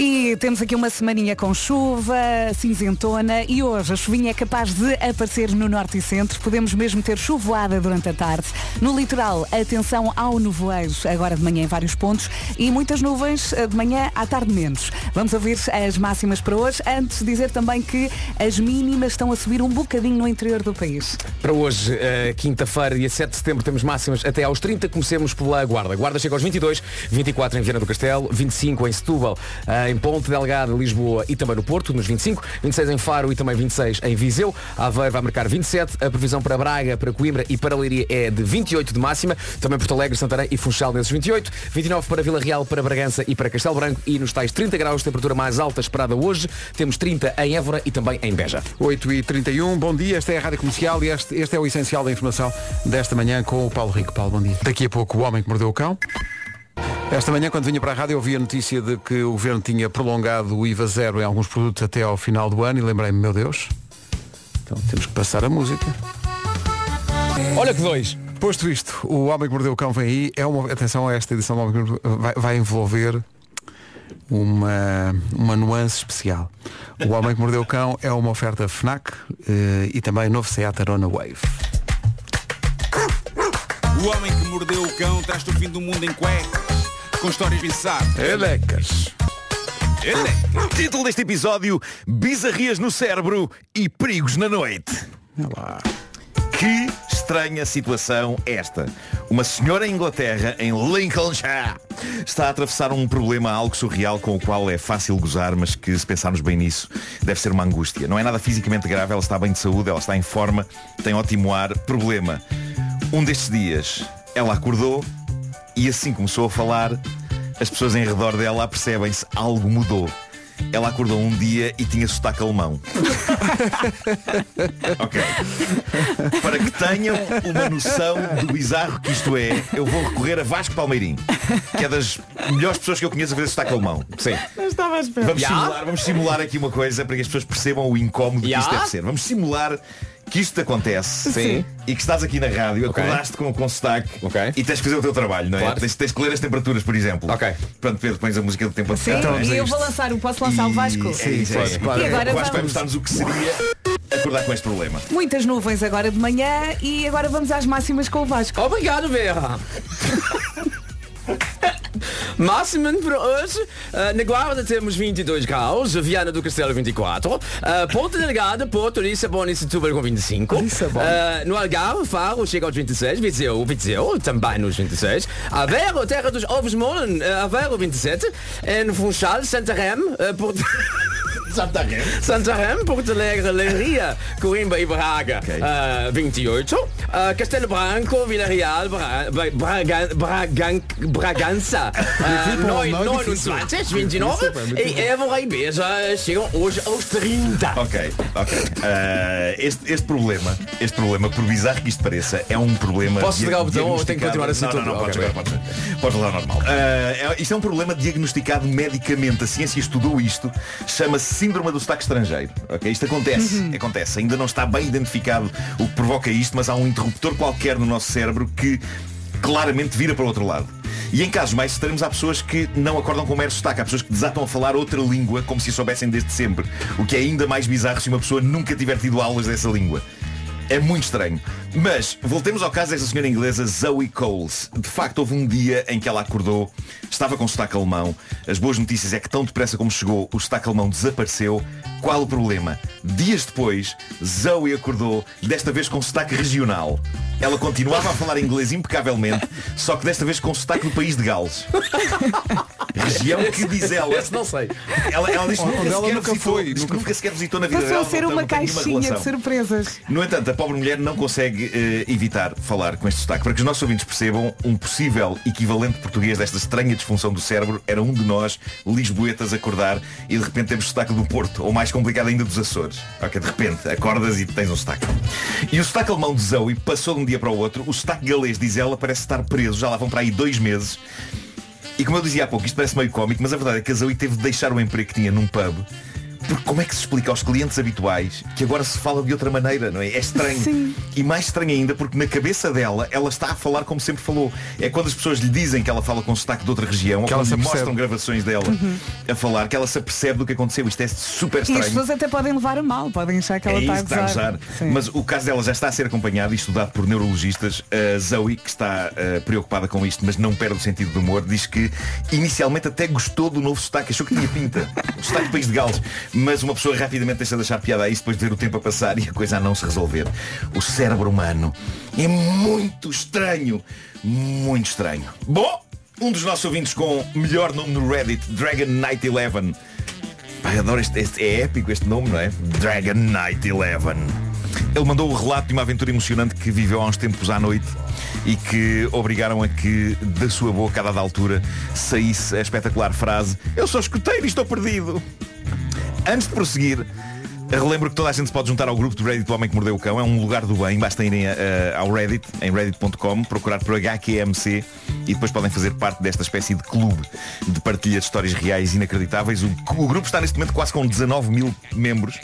E temos aqui uma semaninha com chuva, cinzentona e hoje a chuvinha é capaz de aparecer no norte e centro. Podemos mesmo ter chuvoada durante a tarde. No litoral, atenção ao nevoeiro, agora de manhã em vários pontos e muitas nuvens eh, de manhã à tarde menos. Vamos ouvir as máximas para hoje. Antes dizer também que as mínimas estão a subir um bocadinho no interior do país.
Para hoje, eh, quinta-feira, dia 7 de setembro, temos máximas até aos 30. Comecemos pela Guarda. Guarda chega aos 22, 24 em Viana do Castelo, 25 em Setúbal, eh, em Ponte Delgada, Lisboa e também no Porto, nos 25, 26 em Faro e também 26 em Viseu. Aveiro vai marcar 27. A previsão para Braga, para Coimbra e para Leiria é de 28 de máxima. Também Porto Alegre, Santarém e Funchal nesses 28. 29 para Vila Real, para Bragança e para Castelo Branco. E nos tais 30 graus, temperatura mais alta esperada hoje. Temos 30 em Évora e também em Beja.
8h31, bom dia, esta é a Rádio Comercial e este, este é o essencial da informação desta manhã com o Paulo Rico. Paulo, bom dia. Daqui a pouco, o homem que mordeu o cão. Esta manhã, quando vinha para a rádio, eu vi a notícia de que o governo tinha prolongado o IVA zero em alguns produtos até ao final do ano e lembrei-me, meu Deus, então temos que passar a música.
Olha que dois!
Posto isto, o Homem que Mordeu o Cão vem aí. É uma, atenção a esta edição do Homem que Mordeu o Cão, vai, vai envolver uma, uma nuance especial. O Homem que Mordeu o Cão é uma oferta FNAC eh, e também novo Seat Arona Wave.
O homem que mordeu o cão traz-te o fim do mundo em cuecas, com histórias pensadas.
Elecas.
Título deste episódio, bizarrias no cérebro e perigos na noite. Que estranha situação esta. Uma senhora em Inglaterra, em Lincolnshire, está a atravessar um problema algo surreal com o qual é fácil gozar, mas que se pensarmos bem nisso, deve ser uma angústia. Não é nada fisicamente grave, ela está bem de saúde, ela está em forma, tem ótimo ar. Problema. Um destes dias, ela acordou e assim começou a falar, as pessoas em redor dela apercebem-se, algo mudou. Ela acordou um dia e tinha sotaque alemão. ok. Para que tenham uma noção do bizarro que isto é, eu vou recorrer a Vasco Palmeirim, que é das melhores pessoas que eu conheço a fazer sotaque alemão. Sim.
Não estava à espera.
Vamos, simular, vamos simular aqui uma coisa para que as pessoas percebam o incómodo que isto
Yeah.
deve ser. Vamos simular que isto te acontece
Sim.
e que estás aqui na rádio,
Ok.
acordaste com, com sotaque e tens de fazer o teu trabalho, não é?
Claro.
Tens, tens de ler as temperaturas, por exemplo. Ok. Pronto, Pedro, pões a é? música do tempo
Sim,
Então,
e eu vou lançar, o posso lançar o Vasco?
É isso, é isso.
E agora
O Vasco vai
vamos.
mostrar-nos o que seria acordar com este problema.
Muitas nuvens agora de manhã e agora vamos às máximas com o Vasco.
Obrigado, Vera. Máxima para hoje, eh, na Guarda temos 22 graus, Viana do Castelo 24, eh, Ponta Delgada, Porto, Lissabona e Setúbal com 25, Eh, no Algarve, Faro chega aos 26, Viseu, Viseu também nos 26, Aveiro, Terra dos Ovos Molen, eh, Aveiro 27, em Funchal, Santarém, eh, Porto...
Santarém.
Santarém, Porto Alegre, Leiria, Coimbra e Braga, eh, 28. eh, Castelo Branco, Vila Real, Bra- Bra- Bragan- Bragan- Bragança, eh,
Difícil,
noi-
não é difícil.
29, 29
Difícil, pá, é muito
e Évora e Beja chegam hoje aos 30.
Ok, ok. Ah, este, este problema, este problema, por bizarro que isto pareça, é um problema.
Posso ligar o botão ou tenho que
diagnosticado-
continuar assim
não,
tudo?
Não, não,
Ok,
podes
bem.
agora, podes agora. Podes levar normal. Ah, é- isto é um problema diagnosticado medicamente. A ciência estudou isto. Chama-se síndrome do sotaque estrangeiro. Ok, isto acontece.
Uhum.
Acontece. Ainda não está bem identificado o que provoca isto, mas há um interruptor qualquer no nosso cérebro que claramente vira para o outro lado. E em casos mais extremos há pessoas que não acordam com o mero sotaque, há pessoas que desatam a falar outra língua como se a soubessem desde sempre, o que é ainda mais bizarro se uma pessoa nunca tiver tido aulas dessa língua. É muito estranho. Mas voltemos ao caso dessa senhora inglesa Zoe Coles. De facto, houve um dia em que ela acordou, estava com sotaque alemão. As boas notícias é que tão depressa como chegou, o sotaque alemão desapareceu. Qual o problema? Dias depois, Zoe acordou, desta vez com sotaque regional. Ela continuava a falar inglês impecavelmente, só que desta vez com sotaque do país de Gales. Região que diz ela.
Esse não sei.
Ela, ela diz que
Onde
nunca,
ela
sequer
nunca
visitou,
foi,
diz que
nunca
nunca sequer visitou na vida
Passou
dela.
a ser
portanto,
uma
não tem nenhuma
caixinha de
relação.
surpresas.
No entanto, a pobre mulher não consegue eh, evitar falar com este sotaque. Para que os nossos ouvintes percebam, um possível equivalente português desta estranha disfunção do cérebro era um de nós, lisboetas, acordar e de repente temos sotaque do Porto, ou mais complicado ainda dos Açores. Ok, de repente, acordas e tens um sotaque. E o sotaque alemão de Zoe passou de um dia para o outro, o sotaque galês, diz ela, parece estar preso, já lá vão para aí dois meses. E como eu dizia há pouco, isto parece meio cómico, mas a verdade é que a Zoe teve de deixar o emprego que tinha num pub. Porque como é que se explica aos clientes habituais que agora se fala de outra maneira, não é? É estranho.
Sim.
E mais estranho ainda porque na cabeça dela ela está a falar como sempre falou. É quando as pessoas lhe dizem que ela fala com sotaque de outra região,
Que ela
ou quando
se
lhe
apercebe.
mostram gravações dela
Uhum.
a falar, que ela se apercebe do que aconteceu. Isto é super
E as
estranho.
pessoas até podem levar a mal, podem achar que
É
ela
isso
está
que
a
está a
gozar.
usar.
Sim.
Mas o caso dela já está a ser acompanhado e estudado por neurologistas. A Zoe, que está eh, preocupada com isto, mas não perde o sentido do humor, diz que inicialmente até gostou do novo sotaque, achou que tinha pinta. O sotaque do país de Gales. Mas uma pessoa rapidamente deixa de achar piada a isso depois de ver o tempo a passar e a coisa a não se resolver. O cérebro humano é muito estranho. Muito estranho. Bom, um dos nossos ouvintes com melhor nome no Reddit, Dragon Knight 11, Pá, eu adoro este, este- é épico este nome, não é? Dragon Knight 11. Ele mandou o relato de uma aventura emocionante que viveu há uns tempos à noite e que obrigaram a que da sua boca, a dada altura, saísse a espetacular frase Eu sou escuteiro e estou perdido. Antes de prosseguir, relembro que toda a gente se pode juntar ao grupo do Reddit do Homem que Mordeu o Cão. É um lugar do bem. Basta irem eh, ao Reddit, em reddit.com, procurar por HQMC e depois podem fazer parte desta espécie de clube de partilha de histórias reais inacreditáveis. O, o grupo está neste momento quase com 19 mil membros,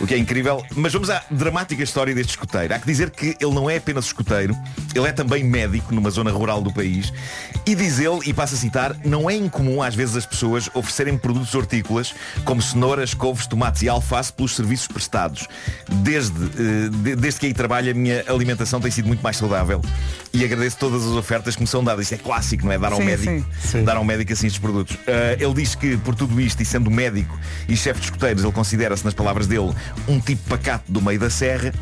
o que é incrível. Mas vamos à dramática história deste escoteiro. Há que dizer que ele não é apenas escoteiro, ele é também médico numa zona rural do país. E diz ele, e passo a citar, não é incomum às vezes as pessoas oferecerem produtos hortícolas como cenouras, couves, tomates e alface pelos serviços prestados. Desde, eh, de- desde que aí trabalho a minha alimentação tem sido muito mais saudável e agradeço todas as ofertas que me são dadas. Isto é clássico, não é? Dar ao
Sim,
médico,
sim.
dar ao médico assim estes produtos. Eh, ele diz que por tudo isto e sendo médico e chefe de escuteiros, ele considera-se, nas palavras dele, um tipo pacato do meio da serra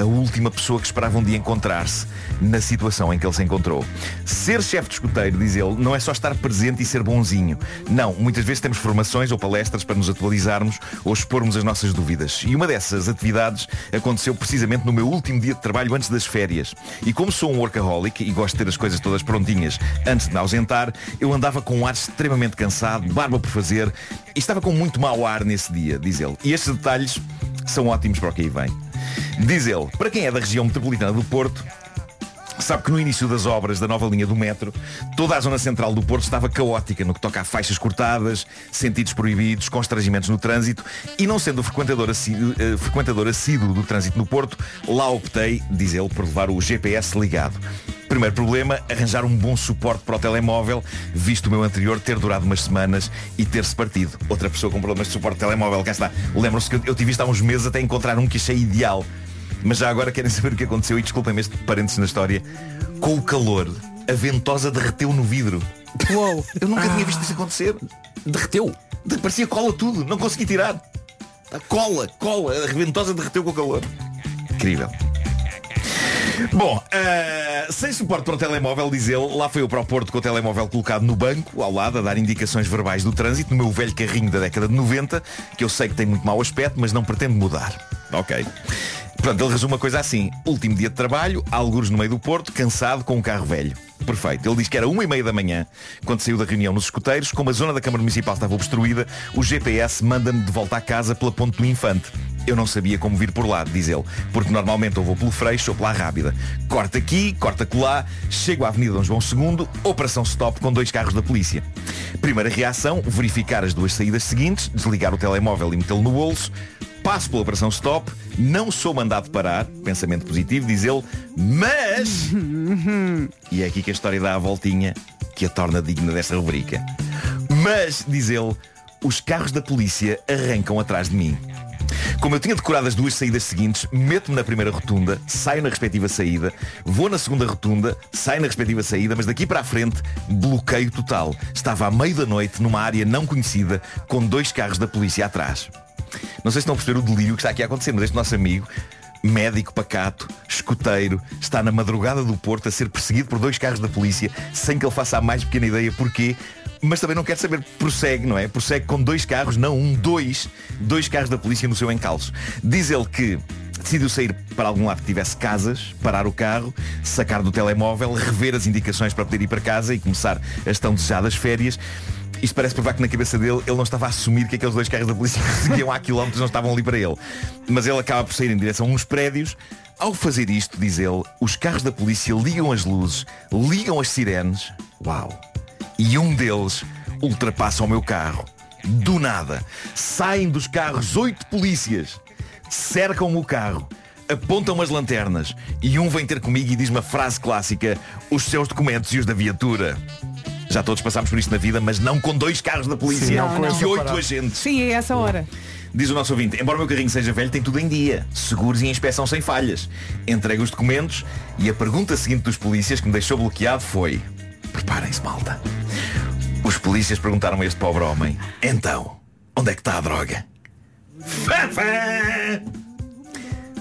a última pessoa que esperavam de encontrar-se na situação em que ele se encontrou. Ser chefe de escuteiro, diz ele, não é só estar presente e ser bonzinho. Não, muitas vezes temos formações ou palestras para nos atualizarmos ou expormos as nossas dúvidas. E uma dessas atividades aconteceu precisamente no meu último dia de trabalho antes das férias. E como sou um workaholic e gosto de ter as coisas todas prontinhas antes de me ausentar, eu andava com um ar extremamente cansado, barba por fazer, e estava com muito mau ar nesse dia, diz ele. E estes detalhes são ótimos para o que aí vem. Diz ele, para quem é da região metropolitana do Porto, Sabe que no início das obras da nova linha do metro, toda a zona central do Porto estava caótica no que toca a faixas cortadas, sentidos proibidos, constrangimentos no trânsito e não sendo frequentador assíduo, eh, frequentador assíduo do trânsito no Porto, lá optei, diz ele, por levar o GPS ligado. Primeiro problema, arranjar um bom suporte para o telemóvel, visto o meu anterior ter durado umas semanas e ter-se partido. Outra pessoa com problemas de suporte de telemóvel, cá está. Lembram-se que eu- eu tive isto há uns meses até encontrar um que achei ideal. Mas já agora querem saber o que aconteceu e desculpem-me este parênteses na história. Com o calor, a ventosa derreteu no vidro. Uou, eu nunca tinha visto isso acontecer. Derreteu? De- Parecia cola tudo, não consegui tirar. A cola, cola, a ventosa derreteu com o calor. Incrível. Bom, eh, sem suporte para o telemóvel, diz ele, lá foi eu para o Porto com o telemóvel colocado no banco, ao lado, a dar indicações verbais do trânsito, no meu velho carrinho da década de 90, que eu sei que tem muito mau aspecto, mas não pretendo mudar. Ok. Portanto, ele resume a coisa assim. Último dia de trabalho, algures no meio do Porto, cansado com um carro velho. Perfeito. Ele diz que era uma e meia da manhã, quando saiu da reunião nos escuteiros, como a zona da Câmara Municipal estava obstruída, o GPS manda-me de volta à casa pela Ponte do Infante. Eu não sabia como vir por lá, diz ele, porque normalmente ou vou pelo Freixo ou pela Rábida. Corta aqui, corta colar, chego à Avenida Dom João II, operação stop com dois carros da polícia. Primeira reação, verificar as duas saídas seguintes, desligar o telemóvel e metê-lo no bolso. Passo pela operação stop, não sou mandado parar, pensamento positivo, diz ele, mas... E é aqui que a história dá a voltinha que a torna digna desta rubrica. Mas, diz ele, os carros da polícia arrancam atrás de mim. Como eu tinha decorado as duas saídas seguintes, meto-me na primeira rotunda, saio na respectiva saída, vou na segunda rotunda, saio na respectiva saída, mas daqui para a frente, bloqueio total. Estava à meio da noite, numa área não conhecida, com dois carros da polícia atrás. Não sei se estão a perceber o delírio que está aqui a acontecer, mas este nosso amigo, médico pacato, escuteiro, está na madrugada do Porto a ser perseguido por dois carros da polícia, sem que ele faça a mais pequena ideia porquê, mas também não quer saber, prossegue, não é? Prossegue com dois carros, não um, dois, dois carros da polícia no seu encalço. Diz ele que decidiu sair para algum lado que tivesse casas, parar o carro, sacar do telemóvel, rever as indicações para poder ir para casa e começar as tão desejadas férias. Isto parece provar que na cabeça dele ele não estava a assumir que aqueles dois carros da polícia que seguiam há quilómetros não estavam ali para ele. Mas ele acaba por sair em direção a uns prédios. Ao fazer isto, diz ele, os carros da polícia ligam as luzes, ligam as sirenes. Uau! E um deles ultrapassa o meu carro. Do nada. Saem dos carros oito polícias. Cercam-me o carro. Apontam as lanternas. E um vem ter comigo e diz uma frase clássica. Os seus documentos e os da viatura. Já todos passámos por isto na vida, mas não com dois carros da polícia
Sim, não, não.
e oito agentes.
Sim, é essa hora.
Diz o nosso ouvinte, embora o meu carrinho seja velho, tem tudo em dia. Seguros e inspeção sem falhas. Entrega os documentos e a pergunta seguinte dos polícias que me deixou bloqueado foi Preparem-se, malta. Os polícias perguntaram a este pobre homem Então, onde é que está a droga? Fafá!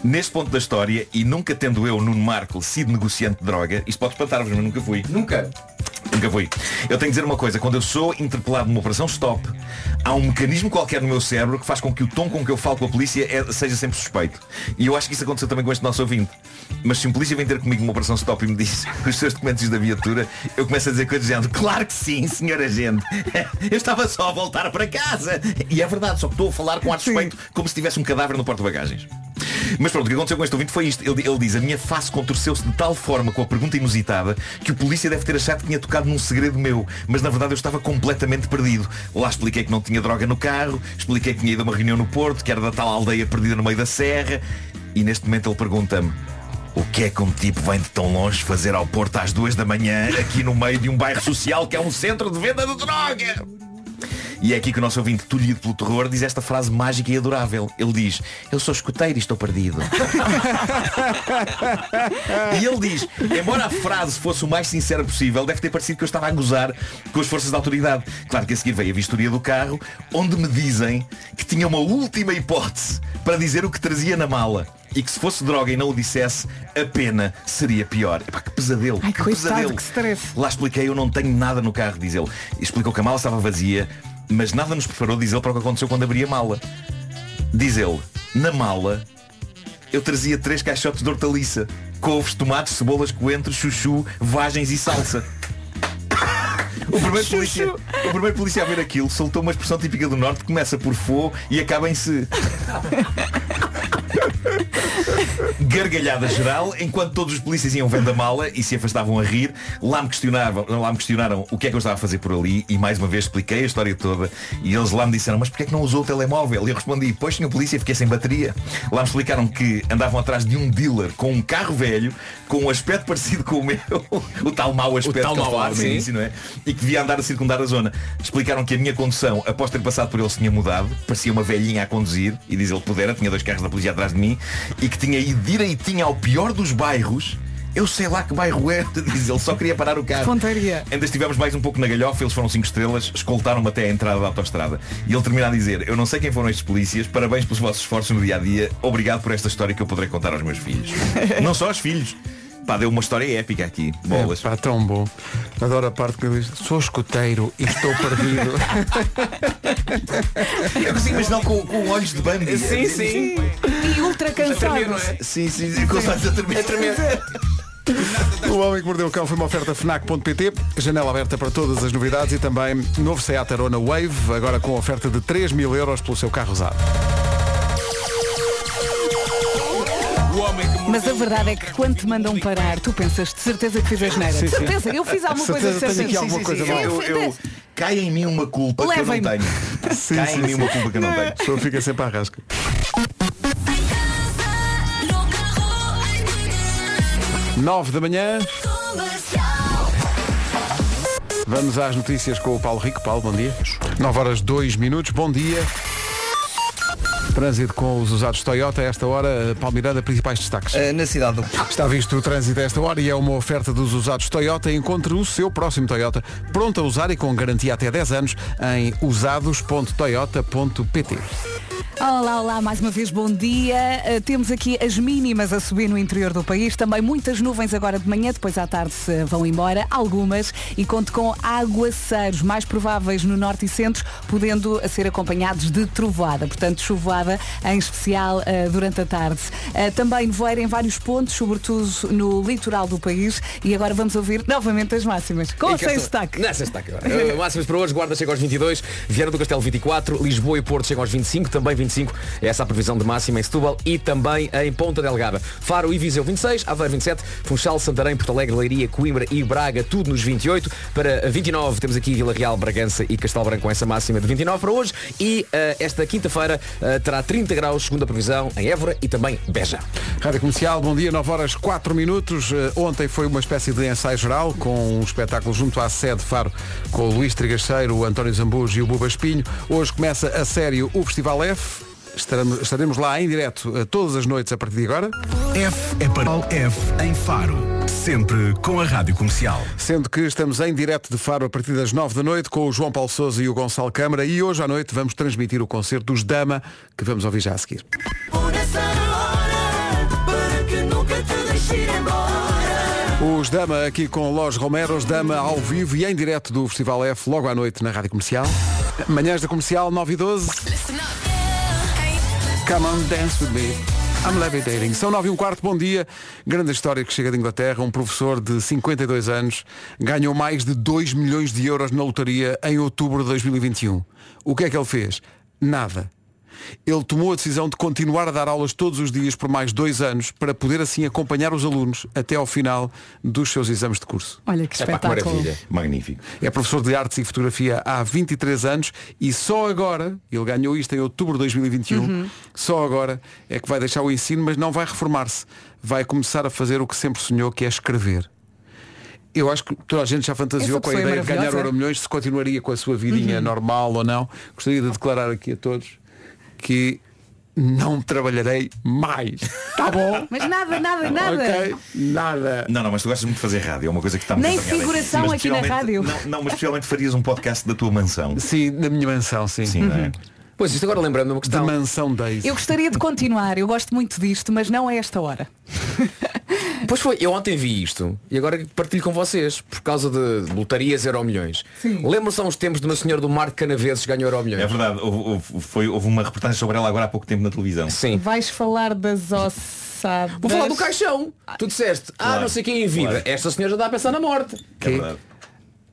Neste ponto da história, e nunca tendo eu, Nuno Marco, sido negociante de droga, isto pode espantar-vos, mas nunca fui. Nunca. Nunca fui. Eu tenho que dizer uma coisa, quando eu sou interpelado numa operação stop, há um mecanismo qualquer no meu cérebro que faz com que o tom com que eu falo com a polícia é- seja sempre suspeito. E eu acho que isso aconteceu também com este nosso ouvinte. Mas se um polícia vem ter comigo numa operação stop e me diz os seus documentos da viatura, eu começo a dizer coisas do género, claro que sim, senhor agente. Eu estava só a voltar para casa. E é verdade, só que estou a falar com ar suspeito, como se tivesse um cadáver no porta-bagagens. Mas pronto, o que aconteceu com este ouvinte foi isto. Ele, ele diz, a minha face contorceu-se de tal forma com a pergunta inusitada que o polícia deve ter achado que tinha tocado num segredo meu, mas na verdade eu estava completamente perdido. Lá expliquei que não tinha droga no carro, expliquei que tinha ido a uma reunião no Porto, que era da tal aldeia perdida no meio da serra, e neste momento ele pergunta-me, o que é que um tipo vem de tão longe fazer ao Porto às duas da manhã, aqui no meio de um bairro social que é um centro de venda de droga? E é aqui que o nosso ouvinte, tolhido pelo terror, diz esta frase mágica e adorável. Ele diz, eu sou escuteiro e estou perdido. E ele diz, embora a frase fosse o mais sincera possível, deve ter parecido que eu estava a gozar com as forças da autoridade. Claro que a seguir veio a vistoria do carro, onde me dizem que tinha uma última hipótese para dizer o que trazia na mala.
e que se fosse droga e não o dissesse, a pena seria pior. Epá, que pesadelo.
Ai,
que
coitado,
pesadelo.
que stress.
Lá expliquei, eu não tenho nada no carro, diz ele. Explicou que a mala estava vazia, mas nada nos preparou, diz ele, para o que aconteceu quando abri a mala. Diz ele, na mala eu trazia três caixotes de hortaliça. Couves, tomates, cebolas, coentros, chuchu, vagens e salsa. O primeiro, polícia, o primeiro polícia a ver aquilo soltou uma expressão típica do norte que começa por fô e acaba em se. Gargalhada geral, enquanto todos os polícias iam vendo a mala e se afastavam a rir, lá me, questionavam, lá me questionaram o que é que eu estava a fazer por ali e mais uma vez expliquei a história toda e eles lá me disseram, mas porquê é que não usou o telemóvel? E eu respondi, pois tinha polícia, fiquei sem bateria. Lá me explicaram que andavam atrás de um dealer com um carro velho, com um aspecto parecido com o meu, o tal mau aspecto
tal
que eu
mau
falava no
ar, sim.
início, não é? E que devia andar a circundar a zona. Explicaram que a minha condução, após ter passado por ele, se tinha mudado, parecia uma velhinha a conduzir, e diz ele que pudera, tinha dois carros da polícia atrás de mim, e que tinha ido direitinho ao pior dos bairros. Eu sei lá que bairro é, diz ele, só queria parar o carro.
Pontaria.
Ainda estivemos mais um pouco na galhofa, eles foram cinco estrelas, escoltaram-me até a entrada da autostrada. E ele termina a dizer, eu não sei quem foram estes polícias, parabéns pelos vossos esforços no dia a dia, obrigado por esta história que eu poderei contar aos meus filhos. não só aos filhos. Pá, deu uma história épica aqui. Bolas.
É, pá, tão bom. Adoro a parte que ele diz, sou escoteiro e estou perdido.
Eu consigo imaginar com, com olhos de Bambi.
Sim, sim.
E ultra
é
cansado.
Sim, sim, É sim. Com os olhos a tremer.
o Homem que Mordeu o Cão foi uma oferta FNAC.pt, janela aberta para todas as novidades e também novo Seat Arona Wave, agora com oferta de 3 mil euros pelo seu carro usado.
Mas a verdade é que quando te mandam parar, tu pensas de certeza que fiz asneira.
Sim,
De
sim.
certeza, eu fiz alguma coisa de
Certeza,
certeza.
tenho aqui
é
alguma
Sim,
coisa
sim,
mal.
sim.
Eu- eu- Cai em mim uma culpa que eu não
Levem-me.
tenho. Cai em mim uma culpa que eu não tenho. A
pessoa fica sempre à rasca. Nove da manhã. Vamos às notícias com o Paulo Rico. Paulo, bom dia. 9 horas 2 minutos, bom dia. Trânsito com os usados Toyota, a esta hora, Palmeiranda, principais destaques.
na cidade do Porto.
Está visto o trânsito a esta hora e é uma oferta dos usados Toyota. Encontre o seu próximo Toyota, pronto a usar e com garantia até 10 anos, em usados.toyota.pt.
Olá, olá, mais uma vez bom dia. Uh, temos aqui as mínimas a subir no interior do país, também muitas nuvens agora de manhã, depois à tarde se vão embora, algumas, e conto com aguaceiros mais prováveis no norte e centro, podendo ser acompanhados de trovoada, portanto chuvoada em especial uh, durante a tarde. Uh, também nevoeiro em vários pontos, sobretudo no litoral do país, e agora vamos ouvir novamente as máximas. Com ou sem sotaque?
Não, sem sotaque. agora. Uh, Máximas para hoje, Guarda chega aos 22, Viana do Castelo 24, Lisboa e Porto chegam aos 25, também 25, essa é a previsão de máxima em Setúbal e também em Ponta Delgada. Faro e Viseu 26, Aveiro 27, Funchal, Santarém, Porto Alegre, Leiria, Coimbra e Braga, tudo nos 28. Para 29 temos aqui Vila Real, Bragança e Castelo Branco com essa máxima de 29 para hoje e uh, esta quinta-feira uh, terá 30 graus, segundo a previsão, em Évora e também Beja.
Rádio Comercial, bom dia, 9 horas 4 minutos. Eh, Ontem foi uma espécie de ensaio geral com um espetáculo junto à sede Faro com o Luís Trigaceiro, o António Zambujo e o Buba Espinho. Hoje começa a sério o Festival F. Estaremos, estaremos lá em direto eh, todas as noites a partir de agora.
F é para o F em Faro. Sempre com a Rádio Comercial.
Sendo que estamos em direto de Faro a partir das 9 da noite com o João Paulo Souza e o Gonçalo Câmara e hoje à noite vamos transmitir o concerto dos Dama que vamos ouvir já a seguir. Os Dama aqui com Los Romeros, Dama ao vivo e em direto do Festival F logo à noite na Rádio Comercial. Manhãs da Comercial 9 e 12. Come on, dance with me. I'm levitating. São 9 e um quarto, bom dia. Grande história que chega de Inglaterra. Um professor de 52 anos ganhou mais de 2 milhões de euros na lotaria em outubro de 2021. O que é que ele fez? Nada. Ele tomou a decisão de continuar a dar aulas todos os dias por mais dois anos para poder assim acompanhar os alunos até ao final dos seus exames de curso.
Olha que espetáculo.
Magnífico.
É professor de artes e fotografia há 23 anos e só agora, ele ganhou isto em outubro de 2021,
Uhum.
só agora é que vai deixar o ensino, mas não vai reformar-se. Vai começar a fazer o que sempre sonhou, que é escrever. Eu acho que toda a gente já fantasiou
Essa
com a
pessoa é
ideia de ganhar
maravilhosa.
euro milhões, se continuaria com a sua vidinha
Uhum.
normal ou não. Gostaria de declarar aqui a todos que não trabalharei mais. Tá bom?
Mas nada, nada, nada.
Ok, nada.
Não, não, mas tu gostas muito de fazer rádio, é uma coisa que está muito
Nem
entranhada
figuração
Mas
aqui na
especialmente-
rádio.
Não, não, mas especialmente farias um podcast da tua mansão.
Sim, na minha mansão, sim.
Sim, não é?
Pois, isto agora lembrando uma questão.
De mansão Daisy.
Eu gostaria de continuar, eu gosto muito disto, mas não a esta hora.
Pois foi, eu ontem vi isto e agora partilho com vocês por causa de lotarias euro milhões. Lembram-se há uns tempos de uma senhora do Mar de Canaveses que ganhou euro milhões?
É verdade, houve, houve- foi, houve uma reportagem sobre ela agora há pouco tempo na televisão. É
Sim.
Vais falar das ossadas.
Vou falar do caixão. Tu disseste, ah,
Claro,
não sei quem em vida. Esta senhora já dá a pensar na morte.
É verdade.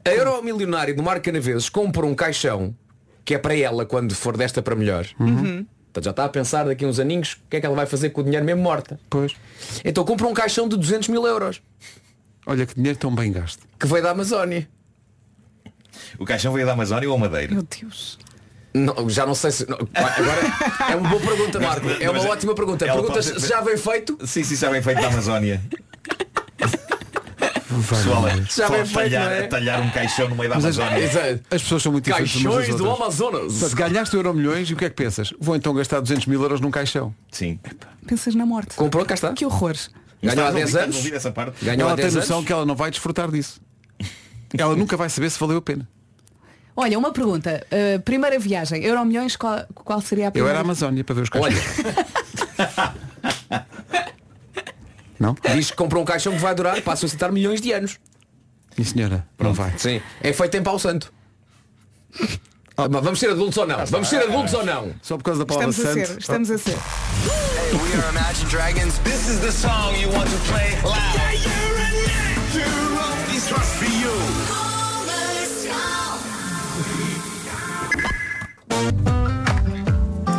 A Euromilionária do Mar Canaveses compra um caixão que é para ela quando for desta para melhor.
Uhum.
Portanto, já está a pensar daqui a uns aninhos o que é que ela vai fazer com o dinheiro mesmo morta.
Pois.
Então compra um caixão de 200 mil euros
Olha que dinheiro tão bem gasto.
que veio da Amazónia.
O caixão veio da Amazónia ou Madeira?
Meu Deus.
Não, já não sei se. não, agora é uma boa pergunta, Marco. É uma
Mas-
ótima pergunta.
ela
Perguntas
pode-
se já vem feito?
Sim, sim, já vem feito da Amazónia. Pessoal,
ver.
já
bem
vem
feito,
talhar,
não é?
talhar um caixão no meio da
Mas as,
Amazónia.
as pessoas são muito diferentes umas
Caixões
das
do
outras.
Amazonas.
Portanto, ganhaste o euro milhões e o que é que pensas? Vou então gastar 200 mil euros num caixão.
Sim.
Pensas na morte.
Comprou, cá está.
Que horror.
Ganhou há
Estás a ouvir-
10
estás a
anos.
ouvir essa parte?
Ganhou ela tem noção que ela não vai desfrutar disso. Ela nunca vai saber se valeu a pena.
Olha, uma pergunta. Uh, primeira viagem, Euro milhões, qual, qual seria a
Eu
primeira?
era a Amazónia para ver os caixões. Não?
Diz que comprou um caixão que vai durar, passam a citar milhões de anos.
Minha senhora, não vai.
Sim. É feito em pau santo. Ah, mas Vamos ser adultos ou não? Vamos ser adultos ou não?
Só por causa da
Estamos a ser, estamos a ser.
We are Imagine Dragons. This is the song you want to play loud. This was for you.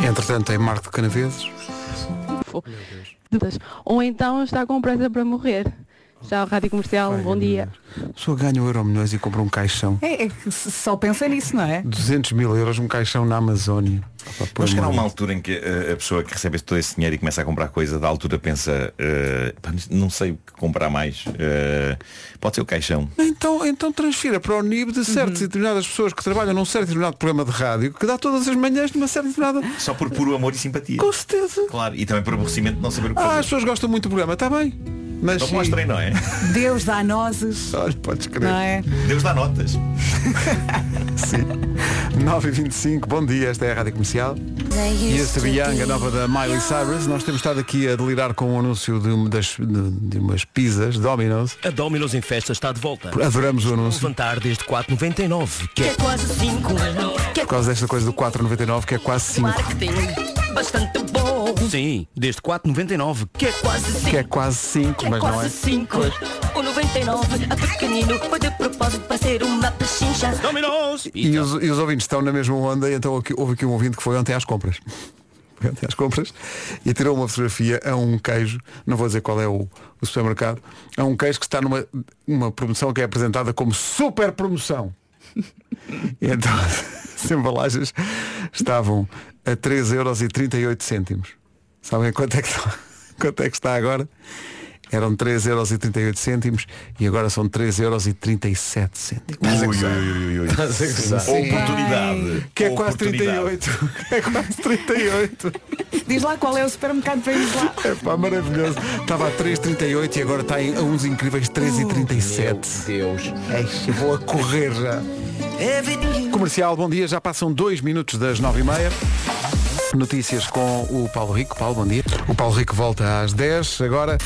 Entretanto, em Marco de Canaveses.
Ou então está com pressa para morrer. Já o Rádio Comercial, bom dia.
A pessoa ganha o euro milhões e compra um caixão.
É, é que s- só pensa nisso, não é?
200 mil euros um caixão na Amazónia. Opa, pô,
Mas chegará
amor.
uma altura em que eh, a pessoa que recebe todo esse dinheiro e começa a comprar coisa, da altura pensa, eh, pá, não sei o que comprar mais. Eh, pode ser o caixão.
Então, então transfira para o NIB de
Uhum.
certas e determinadas pessoas que trabalham num certo e determinado programa de rádio que dá todas as manhãs numa certa e determinada.
Só por puro amor e simpatia.
Com certeza.
Claro. E também por aborrecimento de não saber o que
Ah,
fazer.
as pessoas gostam muito do programa, está bem. Mas
não
sim.
mostrem, não é?
Deus dá nozes.
Olha, podes crer.
Não é?
Deus dá notas.
Sim. 9h25, bom dia, esta é a Rádio Comercial. E esta Bianca nova da Miley Cyrus, nós temos estado aqui a delirar com o anúncio de, uma das, de, de umas pizzas, Domino's.
A Domino's em festa está de volta.
Adoramos o anúncio.
Levantar desde 4,99. Que é
quase cinco.
Por causa desta coisa do 4,99 que é quase 5.
Marketing bastante bom.
Sim, desde 4,99.
Que é quase cinco.
Que é quase 5, mas não é.
Quase cinco. O 99 a pequenino foi de propósito para ser uma pechincha. Dominos!
E os, e os ouvintes estão na mesma onda, e então aqui- houve aqui um ouvinte que foi ontem às compras. Foi ontem às compras e tirou uma fotografia a um queijo, não vou dizer qual é o, o supermercado, a um queijo que está numa uma promoção que é apresentada como super promoção. E então as embalagens estavam a 3,38€. Sabem quanto é que está, quanto é que está agora? Eram 3,38€ e agora são 3,37€.
Ui, ui, ui, ui, ui.
Estás a gozar. Sim.
Oportunidade.
Que é quase
Oportunidade.
38. É quase 38.
Diz lá qual é o supermercado para irmos lá.
É pá, maravilhoso. Estava a 3,38 e agora está em, a uns incríveis 3,37.
Deus.
Ai, É vou a correr já. Comercial, bom dia. Já passam dois minutos das 9h30. Notícias com o Paulo Rico. Paulo, bom dia. O Paulo Rico volta às 10. Agora,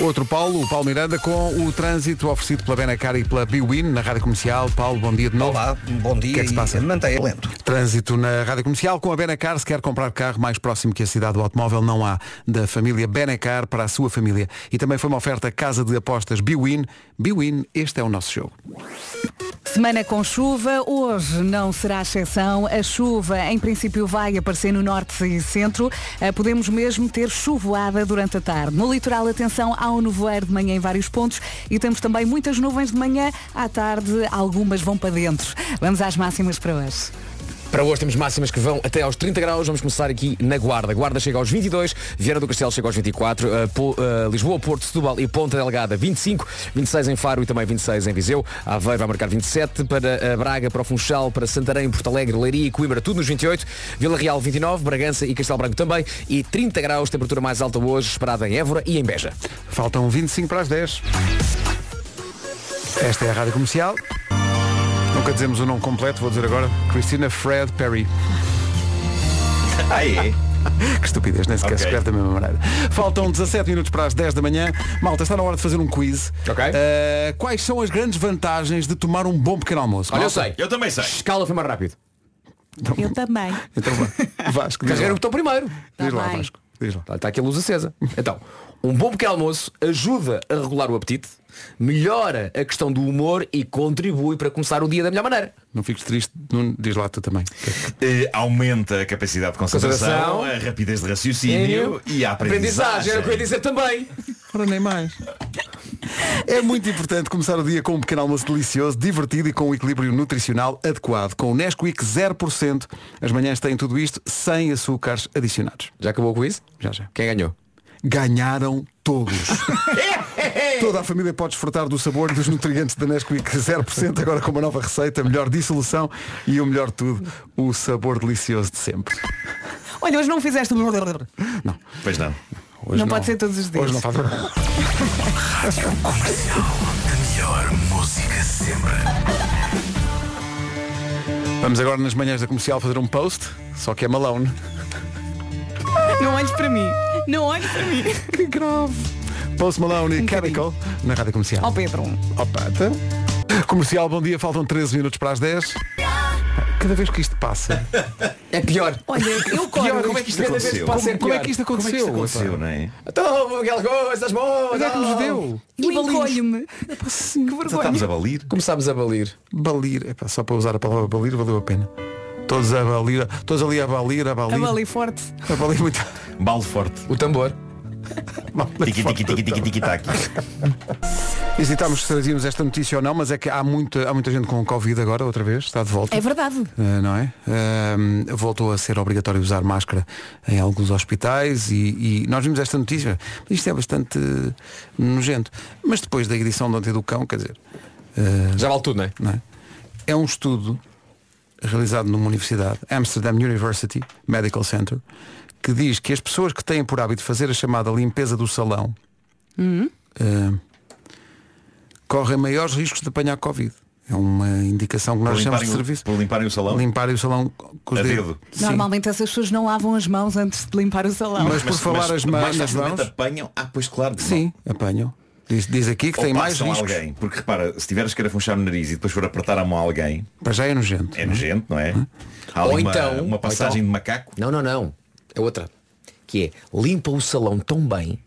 outro Paulo, o Paulo Miranda, com o trânsito oferecido pela Benacar e pela Biwin na Rádio Comercial. Paulo, bom dia de novo. Olá,
um
bom dia.
O que é que se passa?
Mantenha lento.
Trânsito na Rádio Comercial com a Benacar. Se quer comprar carro mais próximo que a cidade do automóvel, não há. Da família Benacar para a sua família. E também foi uma oferta Casa de Apostas Biwin. Biwin, este é o nosso jogo.
Semana com chuva, hoje não será exceção. A chuva, em princípio, vai aparecer no norte e centro. Eh, Podemos mesmo ter chuvoada durante a tarde. No litoral, atenção, há um nevoeiro de manhã em vários pontos e temos também muitas nuvens de manhã. À tarde, algumas vão para dentro. Vamos às máximas para hoje.
Para hoje temos máximas que vão até aos 30 graus. Vamos começar aqui na Guarda. Guarda chega aos 22, Vieira do Castelo chega aos 24, eh, Po- eh, Lisboa, Porto, Setúbal e Ponta Delgada 25, 26 em Faro e também 26 em Viseu. Aveiro vai marcar 27, para eh, Braga, para o Funchal, para Santarém, Porto Alegre, Leiria e Coimbra, tudo nos 28, Vila Real 29, Bragança e Castelo Branco também e 30 graus, temperatura mais alta hoje esperada em Évora e em Beja.
Faltam 25 para as 10. Esta é a Rádio Comercial. Nunca dizemos o nome completo, vou dizer agora. Cristina Fred Perry.
Ah, é?
Que estupidez, nem sequer
Ok.
se escreve da mesma maneira. Faltam 17 minutos para as 10 da manhã. Malta, está na hora de fazer um quiz. Eh, quais são as grandes vantagens de tomar um bom pequeno almoço?
Olha, eu
Malta?
sei. Eu também sei. Escala foi mais rápido.
Eu também.
Então vá. Vasco, diz lá.
Carreira o botão primeiro.
Tá Diz lá, bem. Vasco,
Está, está tá aqui a luz acesa. Então, um bom pequeno almoço ajuda a regular o apetite, melhora a questão do humor e contribui para começar o dia da melhor maneira.
Não fiques triste, Nuno, diz lá tu também.
Eh, aumenta a capacidade de concentração,
Concentração.
a rapidez de raciocínio e a aprendizagem.
era o que eu ia dizer também.
Ora, nem mais. É muito importante começar o dia com um pequeno almoço delicioso, divertido e com um equilíbrio nutricional adequado. Com o Nesquik 0%, as manhãs têm tudo isto sem açúcares adicionados.
Já acabou com isso?
Já, já.
Quem ganhou?
Ganharam todos. Toda a família pode desfrutar do sabor e dos nutrientes da Nesquik 0%, agora com uma nova receita, melhor dissolução e o melhor de tudo, o sabor delicioso de sempre.
Olha, hoje não fizeste.
Pois não.
Hoje
não, pode ser todos os dias.
Hoje não faz
Melhor música sempre.
Vamos agora nas manhãs da comercial fazer um post, só que é malone.
Não olhes para mim. Não olhes para mim. Que grave.
Post Malone
Um
e Chemical na Rádio Comercial.
Ó Oh, Pedro.
Opa, então. Comercial, bom dia, faltam 13 minutos para as 10. Cada vez que isto passa.
É pior.
Olha, eu
Pior,
corro.
como é que isto
Cada vez
aconteceu?
passa
Como- como é que isto
pior.
aconteceu?
Como é que isto
aconteceu, não é?
Então, aquelas coisas boas.
Onde é que nos deu?
E encolhe-me. Que
Estamos a
vergonha.
balir?
Começámos a balir.
Balir, epá, só para usar a palavra balir valeu a pena. Todos a balir, todos ali a balir, a balir.
A bali forte.
A balir muito.
Bale forte.
O tambor.
Tiqui, tiqui, tiqui, tiqui, tiqui, taqui.
Hesitámos se trazíamos esta notícia ou não, mas é que há muita, há muita gente com Covid agora, outra vez, está de volta.
É verdade.
Uh, não é? Um, voltou a ser obrigatório usar máscara em alguns hospitais e, e nós vimos esta notícia, mas isto é bastante uh, nojento. Mas depois da edição de ontem do cão, quer dizer, uh,
Já vale tudo, não é?
não é? É um estudo realizado numa universidade, Amsterdam University Medical Center, que diz que as pessoas que têm por hábito fazer a chamada limpeza do salão eh, correm maiores riscos de apanhar Covid. É uma indicação que
Por
nós chamamos
limparem,
de
o,
serviço.
por limparem o salão?
Limparem o salão com os
A
dedos.
dedo.
Sim.
Normalmente essas pessoas não lavam as mãos antes de limpar o salão.
Mas por falar as mãos-
mais
nas
facilmente
mãos?
apanham. Ah, pois claro.
Sim, apanham. Diz, diz aqui que
Ou
tem mais
passam a
riscos.
alguém. Porque repara, se tiveres que arafunchar no nariz e depois for apertar a mão a alguém,
Para já é nojento.
é nojento, não é? Há
Ou
ali uma,
então-
uma passagem
ou então-
de macaco.
Não, não, não. É outra. Que é limpa o salão tão bem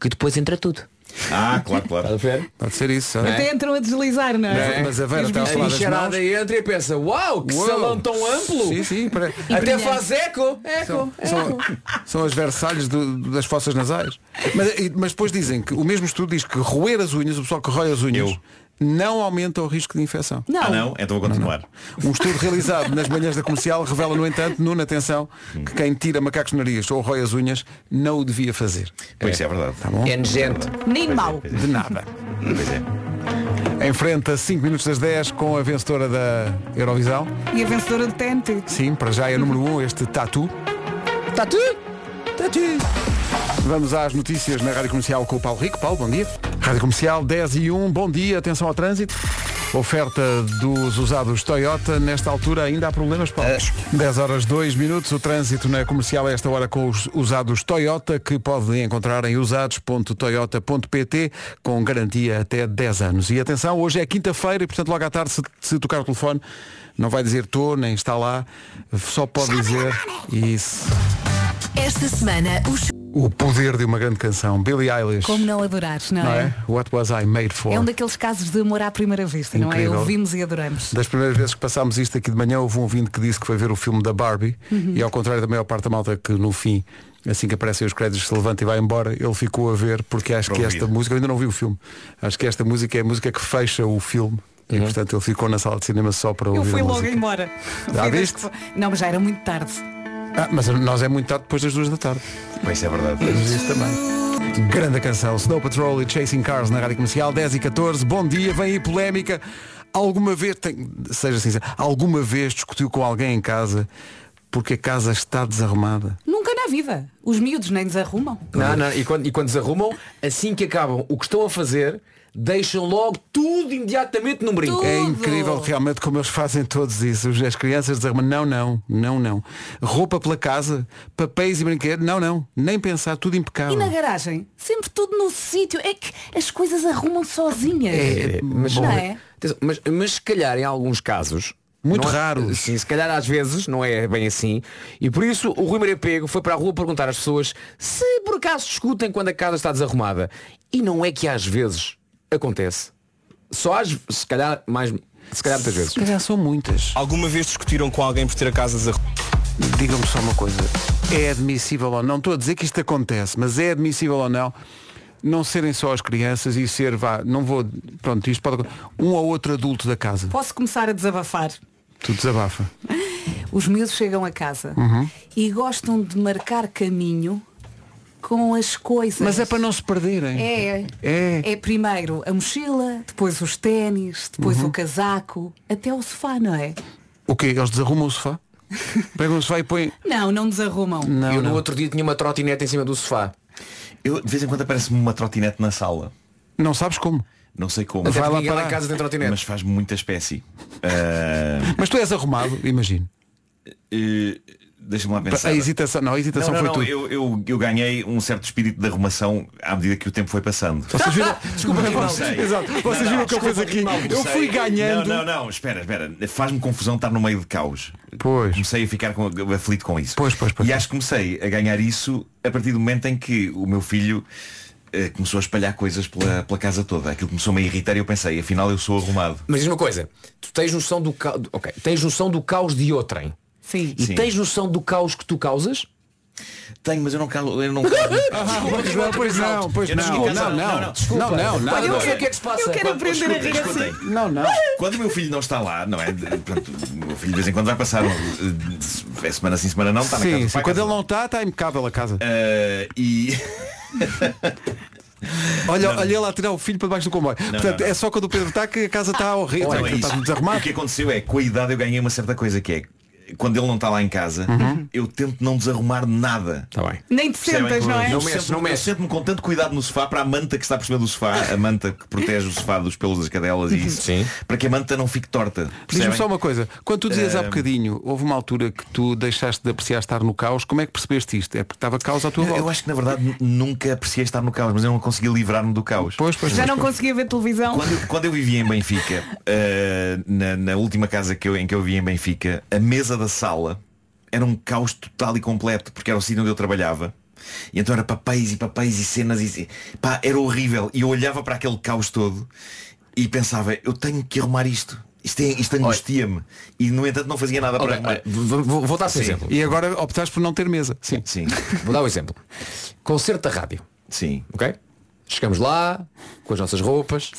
que depois entra tudo.
Ah, claro, claro.
Hum. Estás a ver?
Pode ser isso.
Não é?
Até entram a deslizar, não é?
Mas- Mas a Vera está a falar
A
das mãos.
enxerada entra e pensa, uau, que
Uau.
salão tão amplo.
é? Sim, sim, para-
Até
brilhante.
faz eco. Eco.
São, são as versalhas do- das fossas nasais. Mas, e- mas depois dizem que o mesmo estudo diz que roer as unhas, o pessoal que roe as unhas,
Eu.
não aumenta o risco de infecção.
Não.
Ah não? Então vou continuar.
Um estudo realizado nas manhãs da comercial revela, no entanto, Nuno, atenção, que quem tira macacos no nariz ou rói as unhas não o devia fazer.
Pois é, é verdade.
Tá bom?
É nojento.
Nem mau.
De nada.
Pois é.
Enfrenta 5 minutos das 10 com a vencedora da Eurovisão.
E a vencedora do TNT.
Sim, para já é número 1 um, este tatu. Tá
Tatu.
Tati. Vamos às notícias na Rádio Comercial com o Paulo Rico. Paulo, bom dia. Rádio Comercial 10 e 1, bom dia, atenção ao trânsito. Oferta dos usados Toyota, nesta altura ainda há problemas, Paulo. 10 horas 2 minutos, o trânsito na comercial a esta hora com os usados Toyota, que podem encontrar em usados.toyota.pt com garantia até 10 anos. E atenção, hoje é quinta-feira e portanto logo à tarde se, se tocar o telefone, não vai dizer tô, nem está lá, só pode dizer isso.
Esta semana, os...
O poder de uma grande canção, Billie Eilish.
Como não adorares, não,
não
é?
é? What was I made for?
É um daqueles casos de amor à primeira vista, não é?
Incrível.
Ouvimos e adoramos.
Das primeiras vezes que passámos isto aqui de manhã, houve um ouvinte que disse que foi ver o filme da Barbie
Uhum.
e ao contrário da maior parte da malta que no fim, assim que aparecem os créditos, se levanta e vai embora, ele ficou a ver porque acho
Para
que
ouvir.
esta música, eu ainda não vi o filme, acho que esta música é a música que fecha o filme.
Uhum.
E portanto ele ficou na sala de cinema só para
Eu
ouvir
fui
a
logo
música.
embora.
Já
Fui das
viste?
que- Não, mas já era muito tarde.
Ah, mas nós é muito tarde depois das duas da tarde.
Pois é verdade.
Temos isso também. Grande canção, Snow Patrol e Chasing Cars na Rádio Comercial, 10 e 14. Bom dia, vem aí polémica. Alguma vez, tem- seja sincero, alguma vez discutiu com alguém em casa porque a casa está desarrumada?
Nunca na vida. Os miúdos nem desarrumam.
Não, não, e quando, e quando desarrumam, assim que acabam o que estão a fazer, deixam logo tudo imediatamente num brinco.
É incrível realmente como eles fazem todos isso. As crianças dizem, não, não, não, não. Roupa pela casa, papéis e brinquedos, não, não. Nem pensar, tudo
E
impecável.
na garagem? Sempre tudo no sítio. É que as coisas arrumam sozinhas.
É, mas,
não é?
Atenção, mas, mas se calhar em alguns casos.
Muito
raro. Sim, se calhar às vezes não é bem assim. E por isso o Rui Maria Pego foi para a rua perguntar às pessoas se por acaso discutem quando a casa está desarrumada. E não é que às vezes acontece. Só às se calhar mais. Se calhar muitas vezes.
calhar são muitas.
Alguma vez discutiram com alguém por ter a casa desarrumada?
Digam-me só uma coisa. É admissível ou não, estou a dizer que isto acontece, mas é admissível ou não não serem só as crianças e ser, vá, não vou, pronto, isto pode um ou outro adulto da casa.
Posso começar a desabafar.
Tu desabafa.
Os miúdos chegam a casa
Uhum.
e gostam de marcar caminho com as coisas.
Mas é para não se perderem.
É.
É.
É primeiro a mochila, depois os ténis, depois
Uhum.
o casaco, até o sofá, não é?
O quê? Eles desarrumam o sofá? Pegam o sofá e põem.
Não, não desarrumam.
eu no outro dia tinha uma trotinete em cima do sofá.
Eu, de vez em quando aparece-me uma trotinete na sala.
Não sabes como?
Não sei como.
Até Vai porque lá ninguém lá em parar. casa tem
trotinete.
Mas faz muita espécie. Ah,
Mas tu és arrumado, imagino.
eh, Deixa-me lá pensar.
A hesitação, não, a hesitação
não, não,
foi
não,
tu.
Eu, eu, eu ganhei um certo espírito de arrumação à medida que o tempo foi passando.
Vocês viram- Desculpa,
Eu não
Rivaldo.
sei.
Exato. Vocês viram o que eu
desculpa,
fiz aqui?
Rivaldo,
Eu
sei.
fui ganhando.
Não, não, não, espera, espera. Faz-me confusão estar no meio de caos.
Pois.
Comecei a ficar com, aflito com isso. Pois, pois, pois. E acho que comecei a ganhar isso a partir do momento em que o meu filho eh, começou a espalhar coisas pela, pela casa toda. Aquilo começou-me a irritar e eu pensei, afinal eu sou arrumado.
Mas diz uma coisa, tu tens noção do caos. Ok, tens noção do caos de outrem.
Sim.
E tens noção do caos que tu causas?
Tenho, mas eu não calo. Eu não
Pois não, pois não, pois
Eu não
não,
cheguei a casa.
não, não, não, não, não, não.
Olha, eu sei
não.
o que é que se passa. Eu quero aprender a rir assim.
Não, não.
Quando o meu filho não está lá, não é? De- Pronto, o meu filho de vez em quando vai passar um, eh, se- é semana sim, semana não, está na casa.
Sim,
do
sim.
pai,
quando
casa
ele não está, está impecável a casa.
Eh, e
Olha, olha ele a tirar o filho para debaixo do comboio. Portanto,
não, não.
é só quando o Pedro está que a casa tá está horrível.
Olha,
Está
isso.
tudo desarrumado.
O que aconteceu é que com a idade eu ganhei uma certa coisa que é quando ele não está lá em casa,
Uhum.
eu tento não desarrumar nada. Está
bem.
assim. Nem te sentas, não é?
Eu sento- Eu sento-me com tanto cuidado no sofá para a manta que está por cima do sofá, a manta que protege o sofá dos pelos das cadelas e isso, para que a manta não fique torta.
Diz-me
percebem?
só uma coisa, quando tu dizias há
Eh,
bocadinho, houve uma altura que tu deixaste de apreciar estar no caos, como é que percebeste isto? É porque estava caos à tua
Eu,
volta.
eu acho que na verdade n- nunca apreciei estar no caos, mas eu não consegui livrar-me do caos. Pois,
Já não conseguia ver televisão.
Quando eu, quando eu vivia em Benfica, eh, na, na última casa que eu, em que eu vivia em Benfica, a mesa da sala era um caos total e completo, porque era o sítio onde eu trabalhava. E então era papéis e papéis e cenas e pá, era horrível. E eu olhava para aquele caos todo e pensava, eu tenho que arrumar isto. Isto, é, isto angustia-me. E no entanto não fazia nada para
Olha,
arrumar.
vou, eh, vou- vou dar um
Sim.
exemplo.
E agora optaste por não ter mesa. Sim.
Sim.
Vou dar um exemplo. Concerto da rádio.
Sim.
Ok? Chegamos lá, com as nossas roupas.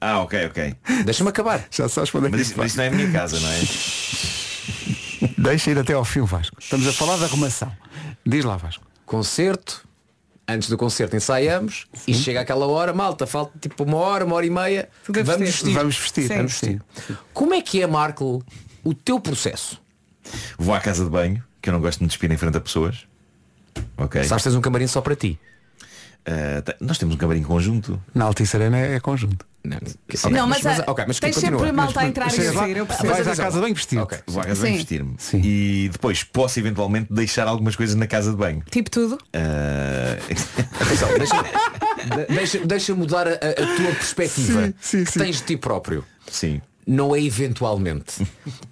Ah, ok, ok.
Deixa-me acabar.
Já sabes quando é
Mas isso, mas isso não é a minha casa, não é?
Deixa ir até ao fim o Vasco. Estamos a falar da arrumação. Diz lá Vasco.
Concerto. Antes do concerto ensaiamos e chega aquela hora, malta, falta tipo uma hora, uma hora e meia.
Tudo a
Vamos
vestir.
vestir.
Vamos vestir, Sim.
Vamos vestir. Como é que é, Marco, o teu processo?
Vou à casa de banho, que eu não gosto de me despir em frente a pessoas. Ok.
Sabes, tens um camarim só para ti.
Eh, te- nós temos um camarim conjunto.
Na Altice Arena é conjunto.
Sim.
Não, mas, ah, tens sempre a malta a entrar e a sair, Ah, eu percebo.
bem vestido.
Vou à casa de
Sim.
banho vestir-me. E depois posso eventualmente deixar algumas coisas na casa de banho.
Tipo tudo.
Eh,
Atenção, deixa, de- deixa, deixa mudar a, a- a tua perspectiva
Sim,
que tens de ti próprio.
Sim.
Não é eventualmente.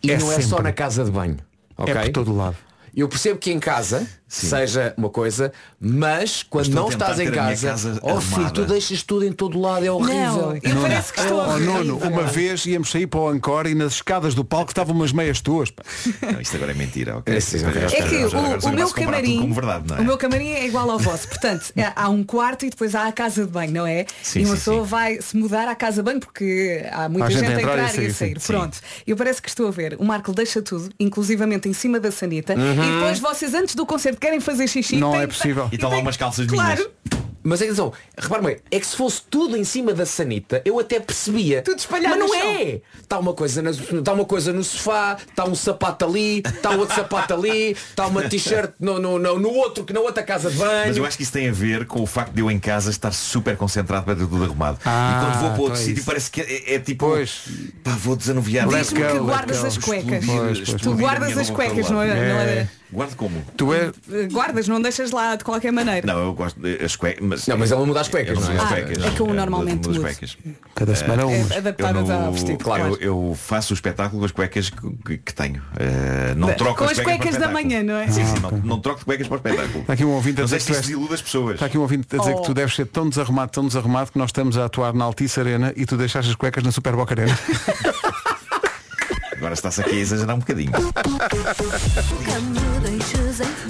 E
É
não é só
sempre. É
na casa de banho. ok?
por todo
É lado.
Eu percebo que em casa seja uma coisa, mas quando
estou a
não
tentar
estás em
ter a minha
casa,
casa
oh filho, tu
arrumada.
deixas tudo em todo lado, é horrível.
Nuno, oh, Nuno, uma vez íamos sair para o Ancora e nas escadas do palco estavam umas meias tuas. pá.
não, isto agora é mentira, ok?
É que
Agora- agora
o, o
posso comparar
meu
tudo
camarim
como verdade, não é?
O meu camarim é igual ao vosso Portanto, é- há um quarto e depois há a casa de banho, não é?
Sim,
e uma
sim,
pessoa vai se mudar à casa de banho Porque há muita
Há
gente, a entrar, e a sair,
sim.
Pronto, eu parece que estou a ver O Marco deixa tudo, inclusivamente em cima da sanita
Uhum.
E depois vocês antes do concerto querem fazer xixi
Não
têm
é
que-
possível. E estão lá umas calças
Claro,
minhas.
Mas atenção, repara bem, é que se fosse tudo em cima da sanita, eu até percebia. Tudo
espalhado
Mas não
no
é! Está uma, coisa nas- tá uma coisa no sofá, está um sapato ali, está outro sapato ali, está uma t-shirt no, no, no, no outro, que na outra casa de banho.
Mas eu acho que isso tem a ver com o facto de eu em casa estar super concentrado para ter tudo arrumado. e quando vou para
então
outro
é
sítio
isso.
parece que é, é tipo. Pá, vou desanuviar.
Let's
Diz-me que go, guardas let's go. as cuecas.
Explodir,
Pois, pois,
explodir
Tu
a
guardas
minha mão
as
para o
cuecas,
lado.
não é- não é- É.
Guardo como?
Tu és.
Eh, Guardas, não deixas lá de qualquer maneira.
é- Não, eu gosto das cuecas. Mas
não, mas ela muda as cuecas,
Ela
não é?
muda as
Ah,
cuecas.
é que eu normalmente
muda as
mudo.
cuecas.
Cada semana
Eh,
umas.
É adaptadas
eu
ao vestido,
Claro,
claro.
eu, eu faço o espetáculo com as cuecas que, que- que tenho. Eh, não
Da-
troco
com
as
as
cuecas,
cuecas
para o
da
espetáculo.
manhã, não é?
Sim, sim,
Ah,
não, não troco de cuecas para o espetáculo.
Está aqui um ouvinte a
Não
dizer
sei
que
se
tu
isso
és...
desilude as pessoas.
Está aqui um ouvinte a dizer
Oh.
que tu deves ser tão desarrumado, tão desarrumado que nós estamos a atuar na Altice Arena e tu deixaste as cuecas na Super Boca Arena.
Agora está-se aqui a exagerar um bocadinho.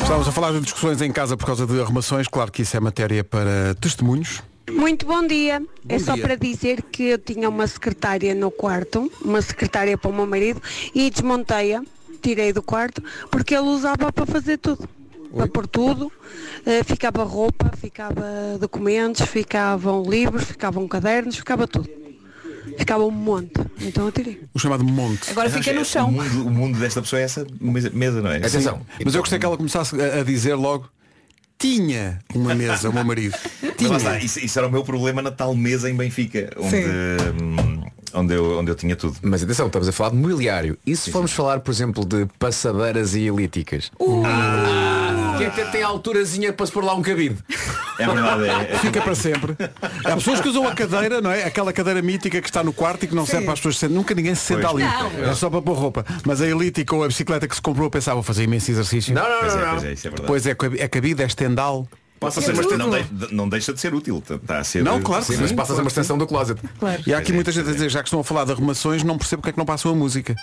Estávamos a falar de discussões em casa por causa de arrumações, claro que isso é matéria para testemunhos.
Muito bom dia. é só
dia.
para dizer que eu tinha uma secretária no quarto, uma secretária para o meu marido, e desmontei-a, tirei do quarto, porque ele usava para fazer tudo. Para pôr tudo, eh, ficava roupa, ficava documentos, ficavam livros, ficavam cadernos, ficava tudo. Ficava um monte. Então eu tirei.
O chamado monte.
Agora fica no chão.
O mundo, o mundo desta pessoa é essa mesa, mesa, não é?
Sim, Mas eu gostei que ela começasse a, a dizer logo tinha uma mesa, o meu marido.
Mas
Tinha.
lá está, isso, isso era o meu problema na tal mesa em Benfica, onde, hum, onde, eu, onde eu tinha tudo.
Mas atenção, estamos a falar de mobiliário. E se formos falar, por exemplo, de passadeiras e elípticas?
Uh!
Que até tem a alturazinha para se pôr lá um cabide.
É verdade, é.
Fica para sempre. Há pessoas que usam a cadeira, não é? Aquela cadeira mítica que está no quarto e que não
Sim.
serve para as pessoas se sentarem. Nunca ninguém se senta
Pois.
ali.
Não.
É só para pôr roupa. Mas a elítica ou a bicicleta que se comprou pensava, vou fazer imenso exercício.
Não, não, Pois não, é, não. pois é, isso é verdade.
Pois é, cabi- é cabide, é estendal.
Passa a ser, mas não, de- não deixa de ser útil. Está a ser,
Não, claro que sim,
mas
claro que sim.
do closet.
E há aqui muita gente a dizer, já que estão a falar de arrumações, não percebo porque é que não passam a música.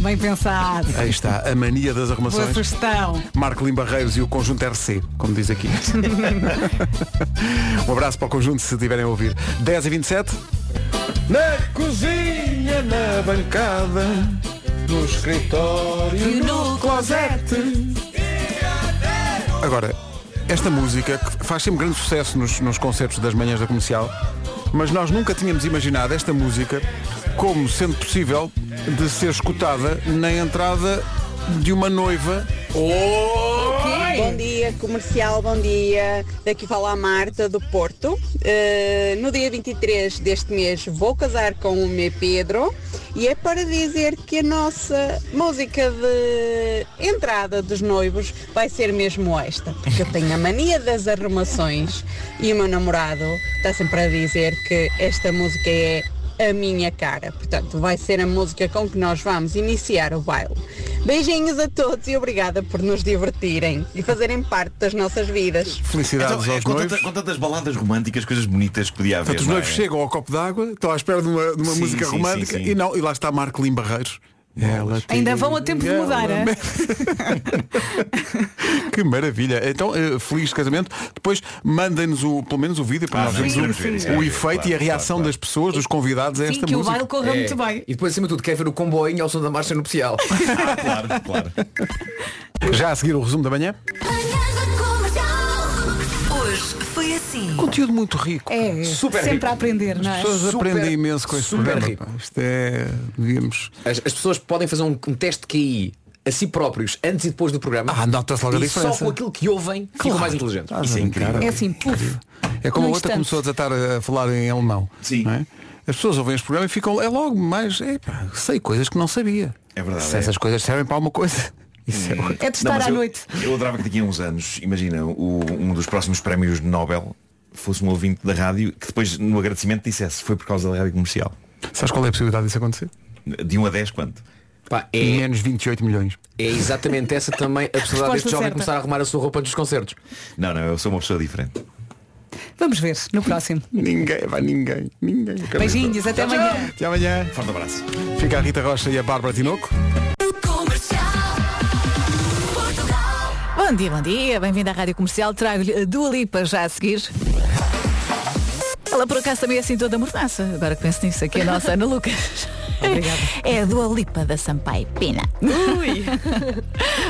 Bem pensado.
Aí está, a mania das
Boa
arrumações.
sugestão.
Marco Limbarreiros e o conjunto RC, como diz aqui. um abraço para o conjunto se tiverem a ouvir. 10 e 27. Na cozinha, na bancada, no escritório, no closet. Agora, esta música que faz sempre grande sucesso nos, nos concertos das manhãs da comercial, mas nós nunca tínhamos imaginado esta música como sendo possível de ser escutada na entrada de uma noiva.
Oh!
Bom dia, comercial, bom dia. Daqui fala a Marta do Porto. Eh, no dia 23 deste mês vou casar com o meu Pedro e é para dizer que a nossa música de entrada dos noivos vai ser mesmo esta, porque eu tenho a mania das arrumações e o meu namorado está sempre a dizer que esta música é a minha cara. Portanto, vai ser a música com que nós vamos iniciar o baile. Beijinhos a todos e obrigada por nos divertirem e fazerem parte das nossas vidas.
Felicidades
Então, é,
aos
com,
noivos.
tanta- com tantas baladas românticas, coisas bonitas que podia haver.
Portanto, os
não
noivos
é?
chegam ao copo d'água, estão à espera de uma, de uma
Sim,
música
sim,
romântica
sim, sim.
e não, e lá está Marco Lim Barreiros. Ela
Ainda vão a é tempo de
ela
mudar, é?
Que maravilha. Então, eh, feliz casamento. Depois mandem-nos o, pelo menos o vídeo para
Ah,
nós
não,
vermos
sim,
o,
sim,
o
sim. Claro,
efeito
claro,
e a reação das pessoas, dos convidados a esta música.
É. E depois, acima de tudo, quer ver o comboinho ao som da marcha nupcial.
Ah, claro, claro.
Já a seguir o resumo da manhã.
Hoje foi assim.
Conteúdo muito rico.
É,
Super
sempre
rico.
a aprender, não é?
As pessoas aprendem imenso com este
super
programa.
rico.
pá. Isto é, digamos...
As, as pessoas podem fazer um, um teste de QI a si próprios antes e depois do programa.
Ah, nota-se logo a
e
diferença.
Só com aquilo que ouvem ficam
Claro.
mais inteligentes.
Estás a brincar.
É assim, puf.
É como a
Num instante.
outra começou a tratar a falar em alemão. Sim. As pessoas ouvem este programa e ficam, é logo, mas epá, sei coisas que não sabia.
É verdade,
Se
é. Hum.
essas coisas servem para alguma coisa. Isso é,
Não, mas eu- Eu adorava que daqui a uns anos, imagina, o- um dos próximos prémios Nobel fosse um ouvinte da rádio que depois no agradecimento dissesse foi por causa da rádio comercial.
Sabes qual é a possibilidade disso acontecer?
De 1 a 10 quanto? É.
Menos 28 milhões.
É exatamente essa também a possibilidade deste jovem começar a arrumar a sua roupa dos concertos.
Não, não, eu sou uma pessoa diferente.
Vamos ver no próximo.
Ninguém, vai ninguém, ninguém.
Beijinhos, até amanhã.
Até amanhã.
Forte abraço.
Fica a Rita Rocha e a Bárbara Tinoco.
Bom dia, bom dia. Bem-vindo à Rádio Comercial. Trago-lhe a Dua Lipa já a seguir. Ela por acaso também é assim toda mordaça. Agora que penso nisso aqui, a nossa Ana Lucas. Obrigada. É a Dua Lipa da Sampaio Pina. Ui!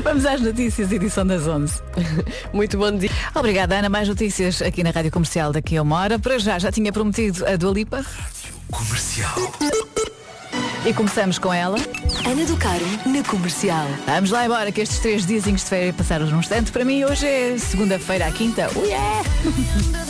Vamos às notícias, edição das 11. Muito bom dia. Obrigada, Ana. Mais notícias aqui na Rádio Comercial daqui a uma hora. Para já, já tinha prometido a Dua Lipa.
Comercial.
E começamos com ela.
Ana do Caro, na comercial.
Vamos lá embora, que estes três diazinhos de férias passaram num instante. Para mim, hoje é segunda-feira à quinta. Oh yeah!